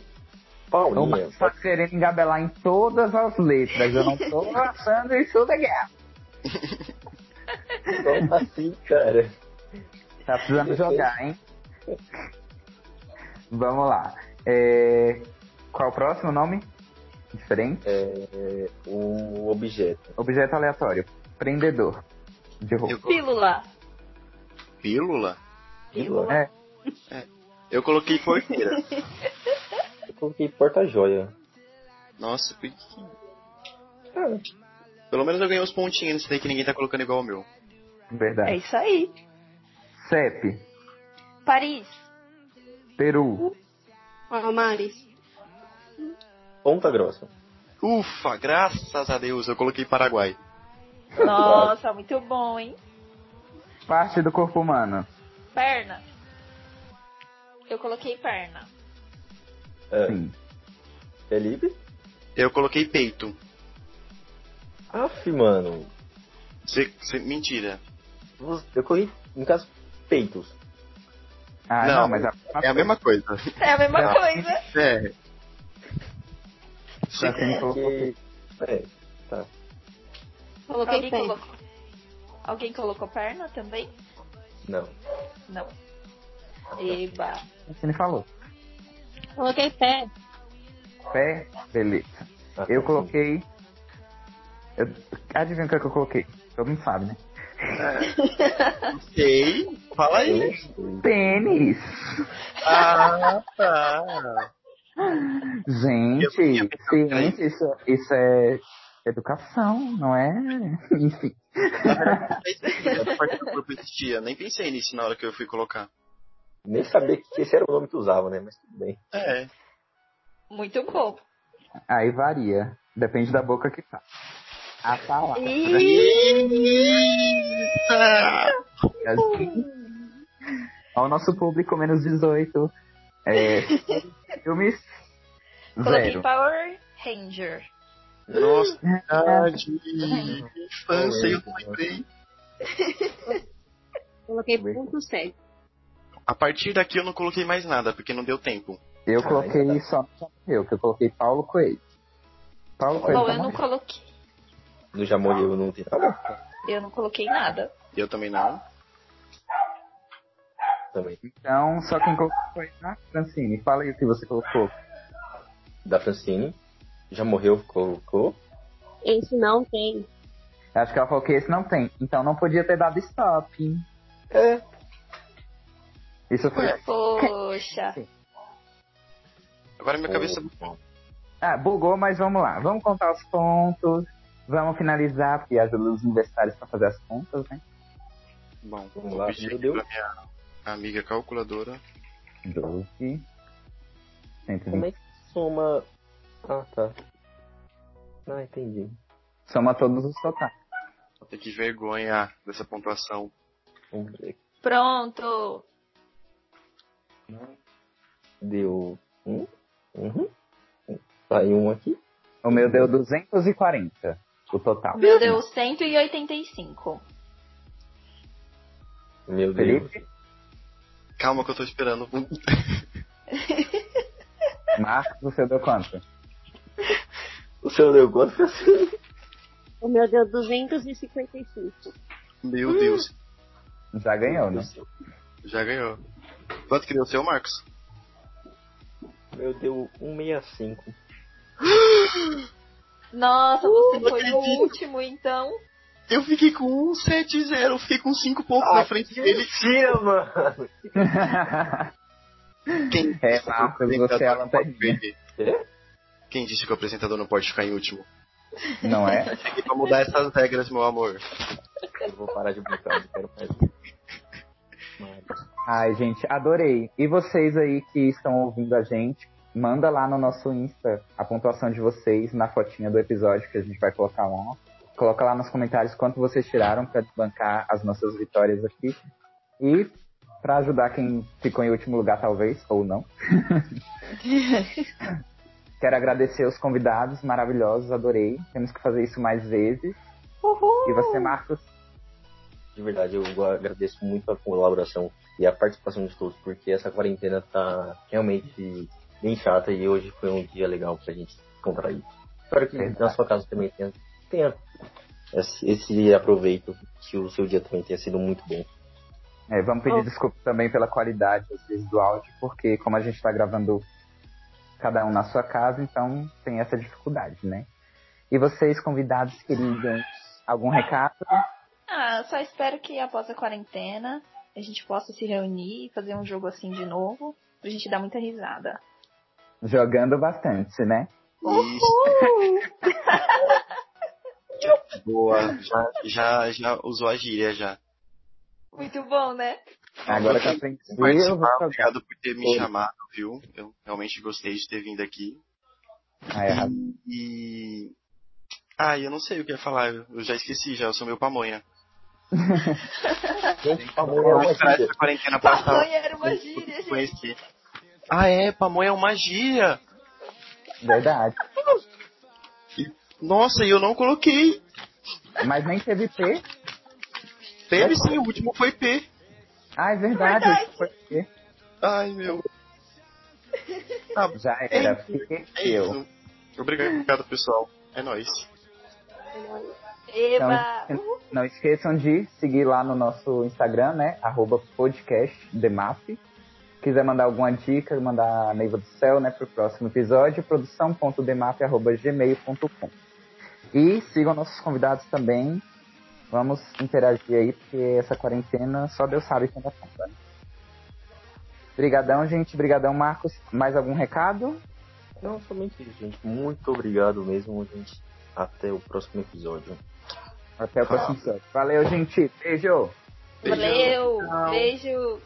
[SPEAKER 2] O
[SPEAKER 1] Paulinha.
[SPEAKER 2] Marcos tá querendo engabelar em todas as letras. Eu não tô achando isso legal.
[SPEAKER 1] Como assim, cara?
[SPEAKER 2] Tá precisando jogar, hein? Vamos lá. É, Qual o próximo nome? Diferente?
[SPEAKER 1] É, o objeto.
[SPEAKER 2] Objeto aleatório. Prendedor. De roupa.
[SPEAKER 5] Eu coloquei
[SPEAKER 3] Pílula.
[SPEAKER 5] pílula?
[SPEAKER 1] Pílula.
[SPEAKER 2] É,
[SPEAKER 5] Eu coloquei porteira.
[SPEAKER 1] Eu coloquei porta-joia.
[SPEAKER 5] Nossa, por que que- Pelo menos eu ganhei uns pontinhos nesse daí que ninguém tá colocando igual o meu.
[SPEAKER 3] É
[SPEAKER 2] verdade.
[SPEAKER 3] isso aí.
[SPEAKER 2] CEP.
[SPEAKER 3] Paris.
[SPEAKER 2] Peru.
[SPEAKER 4] Palmares.
[SPEAKER 1] Ponta grossa.
[SPEAKER 5] Ufa, graças a Deus, eu coloquei Paraguai.
[SPEAKER 3] Nossa, muito bom, hein?
[SPEAKER 2] Parte do corpo humano.
[SPEAKER 3] Perna. Eu coloquei perna.
[SPEAKER 1] É,
[SPEAKER 2] Sim.
[SPEAKER 1] Felipe?
[SPEAKER 5] Eu coloquei peito.
[SPEAKER 1] Aff, mano.
[SPEAKER 5] Cê- cê- mentira.
[SPEAKER 1] Eu corri, no caso, peitos.
[SPEAKER 2] Ah,
[SPEAKER 5] Não,
[SPEAKER 2] não, mas a,
[SPEAKER 5] É a mesma coisa.
[SPEAKER 3] É a mesma
[SPEAKER 2] Não.
[SPEAKER 3] coisa.
[SPEAKER 5] É.
[SPEAKER 2] Tá sendo colocado.
[SPEAKER 1] Porque. É, tá.
[SPEAKER 4] Coloquei
[SPEAKER 3] Alguém
[SPEAKER 4] pé.
[SPEAKER 3] colocou. Alguém colocou perna também?
[SPEAKER 1] Não.
[SPEAKER 3] Não. Eba.
[SPEAKER 2] Você me falou.
[SPEAKER 4] Coloquei pé.
[SPEAKER 2] Pé, beleza.
[SPEAKER 1] Ah,
[SPEAKER 2] Eu
[SPEAKER 1] tá.
[SPEAKER 2] coloquei. Eu... Adivinha o que é que eu coloquei? Todo mundo sabe, né?
[SPEAKER 5] Sei. Fala aí.
[SPEAKER 2] Tênis!
[SPEAKER 5] Ah, tá. Eu tinha
[SPEAKER 2] Gente,
[SPEAKER 5] pensado que era
[SPEAKER 2] ciência, isso, isso é educação, não é? Enfim.
[SPEAKER 5] É parte do corpo existia. Nem pensei nisso na hora que eu fui colocar.
[SPEAKER 1] Nem sabia que esse era o nome que usava, né? Mas tudo bem.
[SPEAKER 5] É.
[SPEAKER 3] Muito bom.
[SPEAKER 2] Aí varia. Depende da boca que tá. A palavra. Ao nosso público, menos 18. É, filmes.
[SPEAKER 3] Coloquei
[SPEAKER 2] Zero.
[SPEAKER 3] Power Ranger.
[SPEAKER 5] Nossa, verdade. Infância, eu não lembrei.
[SPEAKER 4] Coloquei
[SPEAKER 2] Bem.
[SPEAKER 4] ponto 7.
[SPEAKER 5] A partir daqui eu não coloquei mais nada, porque não deu tempo.
[SPEAKER 2] Eu
[SPEAKER 1] Ah,
[SPEAKER 2] coloquei
[SPEAKER 1] ainda
[SPEAKER 2] só eu, que eu coloquei Paulo Coelho. Paulo Coelho.
[SPEAKER 3] Bom,
[SPEAKER 2] tá
[SPEAKER 3] eu não
[SPEAKER 2] morrendo.
[SPEAKER 3] coloquei.
[SPEAKER 1] No Jamon eu não tenho nada
[SPEAKER 3] Eu não coloquei nada.
[SPEAKER 5] Eu também não.
[SPEAKER 1] também.
[SPEAKER 2] Então, só quem colocou foi a Francine. Fala aí o que você colocou.
[SPEAKER 1] Da Francine. Já morreu, colocou.
[SPEAKER 4] Esse não tem.
[SPEAKER 2] Acho que ela falou que esse não tem. Então não podia ter dado stop. hein?
[SPEAKER 1] É.
[SPEAKER 2] Isso foi.
[SPEAKER 3] Poxa.
[SPEAKER 5] Agora minha cabeça. é
[SPEAKER 2] Ah, bugou, mas vamos lá. Vamos contar os pontos. Vamos finalizar, porque ajuda os universitários tá pra fazer as contas, né?
[SPEAKER 5] Bom,
[SPEAKER 1] Vamos
[SPEAKER 5] vou
[SPEAKER 1] lá,
[SPEAKER 5] pedir
[SPEAKER 1] meu
[SPEAKER 5] aqui
[SPEAKER 1] Deus.
[SPEAKER 5] pra minha amiga calculadora.
[SPEAKER 2] 12. 120.
[SPEAKER 1] Como é que soma. Ah, tá. Ah, entendi.
[SPEAKER 2] Soma todos os totais.
[SPEAKER 5] Vou ter que vergonha dessa pontuação.
[SPEAKER 1] Vamos ver aqui.
[SPEAKER 3] Pronto.
[SPEAKER 1] Deu um. Uhum. Saiu um aqui.
[SPEAKER 2] O meu deu 240. O total.
[SPEAKER 3] O meu deu 185.
[SPEAKER 1] Meu Deus.
[SPEAKER 2] Felipe,
[SPEAKER 5] Calma que eu tô esperando.
[SPEAKER 2] Marcos, o seu deu quanto?
[SPEAKER 1] O seu é assim. deu quanto, Francine?
[SPEAKER 4] O meu deu 255.
[SPEAKER 5] Meu
[SPEAKER 2] Hum.
[SPEAKER 5] Deus,
[SPEAKER 2] Já ganhou, né?
[SPEAKER 5] já ganhou. Quanto que deu o seu, Marcos?
[SPEAKER 1] Meu um deu 165.
[SPEAKER 3] Nossa, você
[SPEAKER 5] não
[SPEAKER 3] foi o
[SPEAKER 5] acredito.
[SPEAKER 3] último, então.
[SPEAKER 5] Eu fiquei com 170, fiquei com 5 pontos
[SPEAKER 2] Ah,
[SPEAKER 5] na frente dele.
[SPEAKER 1] Mentira, mano!
[SPEAKER 2] É,
[SPEAKER 5] Quem disse que o
[SPEAKER 2] Marcos, você
[SPEAKER 5] apresentador
[SPEAKER 2] é a
[SPEAKER 5] não pode
[SPEAKER 2] lanterninha.
[SPEAKER 5] perder?
[SPEAKER 1] É?
[SPEAKER 5] Quem disse que o apresentador não pode ficar em último?
[SPEAKER 2] Não é?
[SPEAKER 5] Tem que mudar essas regras, meu amor.
[SPEAKER 1] Eu vou parar de brincar, não quero mais. Mas,
[SPEAKER 2] Ai, gente, adorei. E vocês aí que estão ouvindo a gente, manda lá no nosso Insta a pontuação de vocês na fotinha do episódio que a gente vai colocar lá. Coloca lá nos comentários quanto vocês tiraram pra bancar as nossas vitórias aqui. E pra ajudar quem ficou em último lugar, talvez, ou não. Quero agradecer os convidados maravilhosos, adorei. Temos que fazer isso mais vezes.
[SPEAKER 3] Uhul.
[SPEAKER 2] E você, Marcos?
[SPEAKER 1] de verdade, eu agradeço muito a colaboração e a participação de todos, porque essa quarentena tá realmente bem chata e hoje foi um dia legal pra gente contrair. Espero que na sua casa também tenha, tenha esse, esse aproveito, que o seu dia também tenha sido muito bom.
[SPEAKER 2] É, vamos pedir
[SPEAKER 4] Oh.
[SPEAKER 2] desculpa também pela qualidade, às vezes, do áudio, porque como a gente está gravando cada um na sua casa, então tem essa dificuldade, né? E vocês, convidados queridos, algum recado?
[SPEAKER 3] Ah, só espero que após a quarentena a gente possa se reunir e fazer um jogo assim de novo. A gente dá muita risada.
[SPEAKER 2] Jogando bastante, né?
[SPEAKER 5] Isso. Boa. Já, já, já usou a gíria já.
[SPEAKER 3] Muito bom, né?
[SPEAKER 2] Agora que eu aprendi, eu vou
[SPEAKER 5] Participar,
[SPEAKER 2] jogar.
[SPEAKER 5] obrigado por ter me
[SPEAKER 2] Oi.
[SPEAKER 5] chamado, viu? Eu realmente gostei de ter vindo aqui.
[SPEAKER 2] Ah, errado.
[SPEAKER 5] E. Ah, eu não sei o que eu ia falar, eu eu já esqueci já, eu sou meu pamonha.
[SPEAKER 1] Gente, por favor,
[SPEAKER 5] Eu
[SPEAKER 1] é
[SPEAKER 5] vou
[SPEAKER 1] uma
[SPEAKER 5] esperar
[SPEAKER 1] gíria.
[SPEAKER 5] essa quarentena
[SPEAKER 2] Tá,
[SPEAKER 5] passar
[SPEAKER 3] Pamonha era uma gíria,
[SPEAKER 5] pra
[SPEAKER 3] gente.
[SPEAKER 5] conhecer. Ah, é, pamonha é uma gíria!
[SPEAKER 2] Verdade.
[SPEAKER 5] Nossa, e eu não coloquei!
[SPEAKER 2] Mas nem teve P.
[SPEAKER 5] Teve sim, o último foi P.
[SPEAKER 2] Ah, é verdade.
[SPEAKER 3] Verdade.
[SPEAKER 2] Foi P.
[SPEAKER 5] Ai, meu. Ah,
[SPEAKER 2] Já era. P,
[SPEAKER 5] é
[SPEAKER 2] eu.
[SPEAKER 5] isso. Obrigado, pessoal. É nóis.
[SPEAKER 3] Eba!
[SPEAKER 2] Então, Não esqueçam de seguir lá no nosso Instagram, né? Arroba podcastdemap. Quiser mandar alguma dica, mandar a Neiva do Céu, né? Pro próximo episódio, produção.demap.gmail.com E sigam nossos convidados também. Vamos interagir aí, porque essa quarentena só Deus sabe quando acaba. né? Brigadão, gente. Brigadão, Marcos. Mais algum recado?
[SPEAKER 1] Não, somente isso, gente. Muito obrigado mesmo, gente. Até o próximo episódio.
[SPEAKER 2] Até o próximo episódio. Valeu, gente. Beijo!
[SPEAKER 5] Beijão.
[SPEAKER 3] Valeu! Beijo!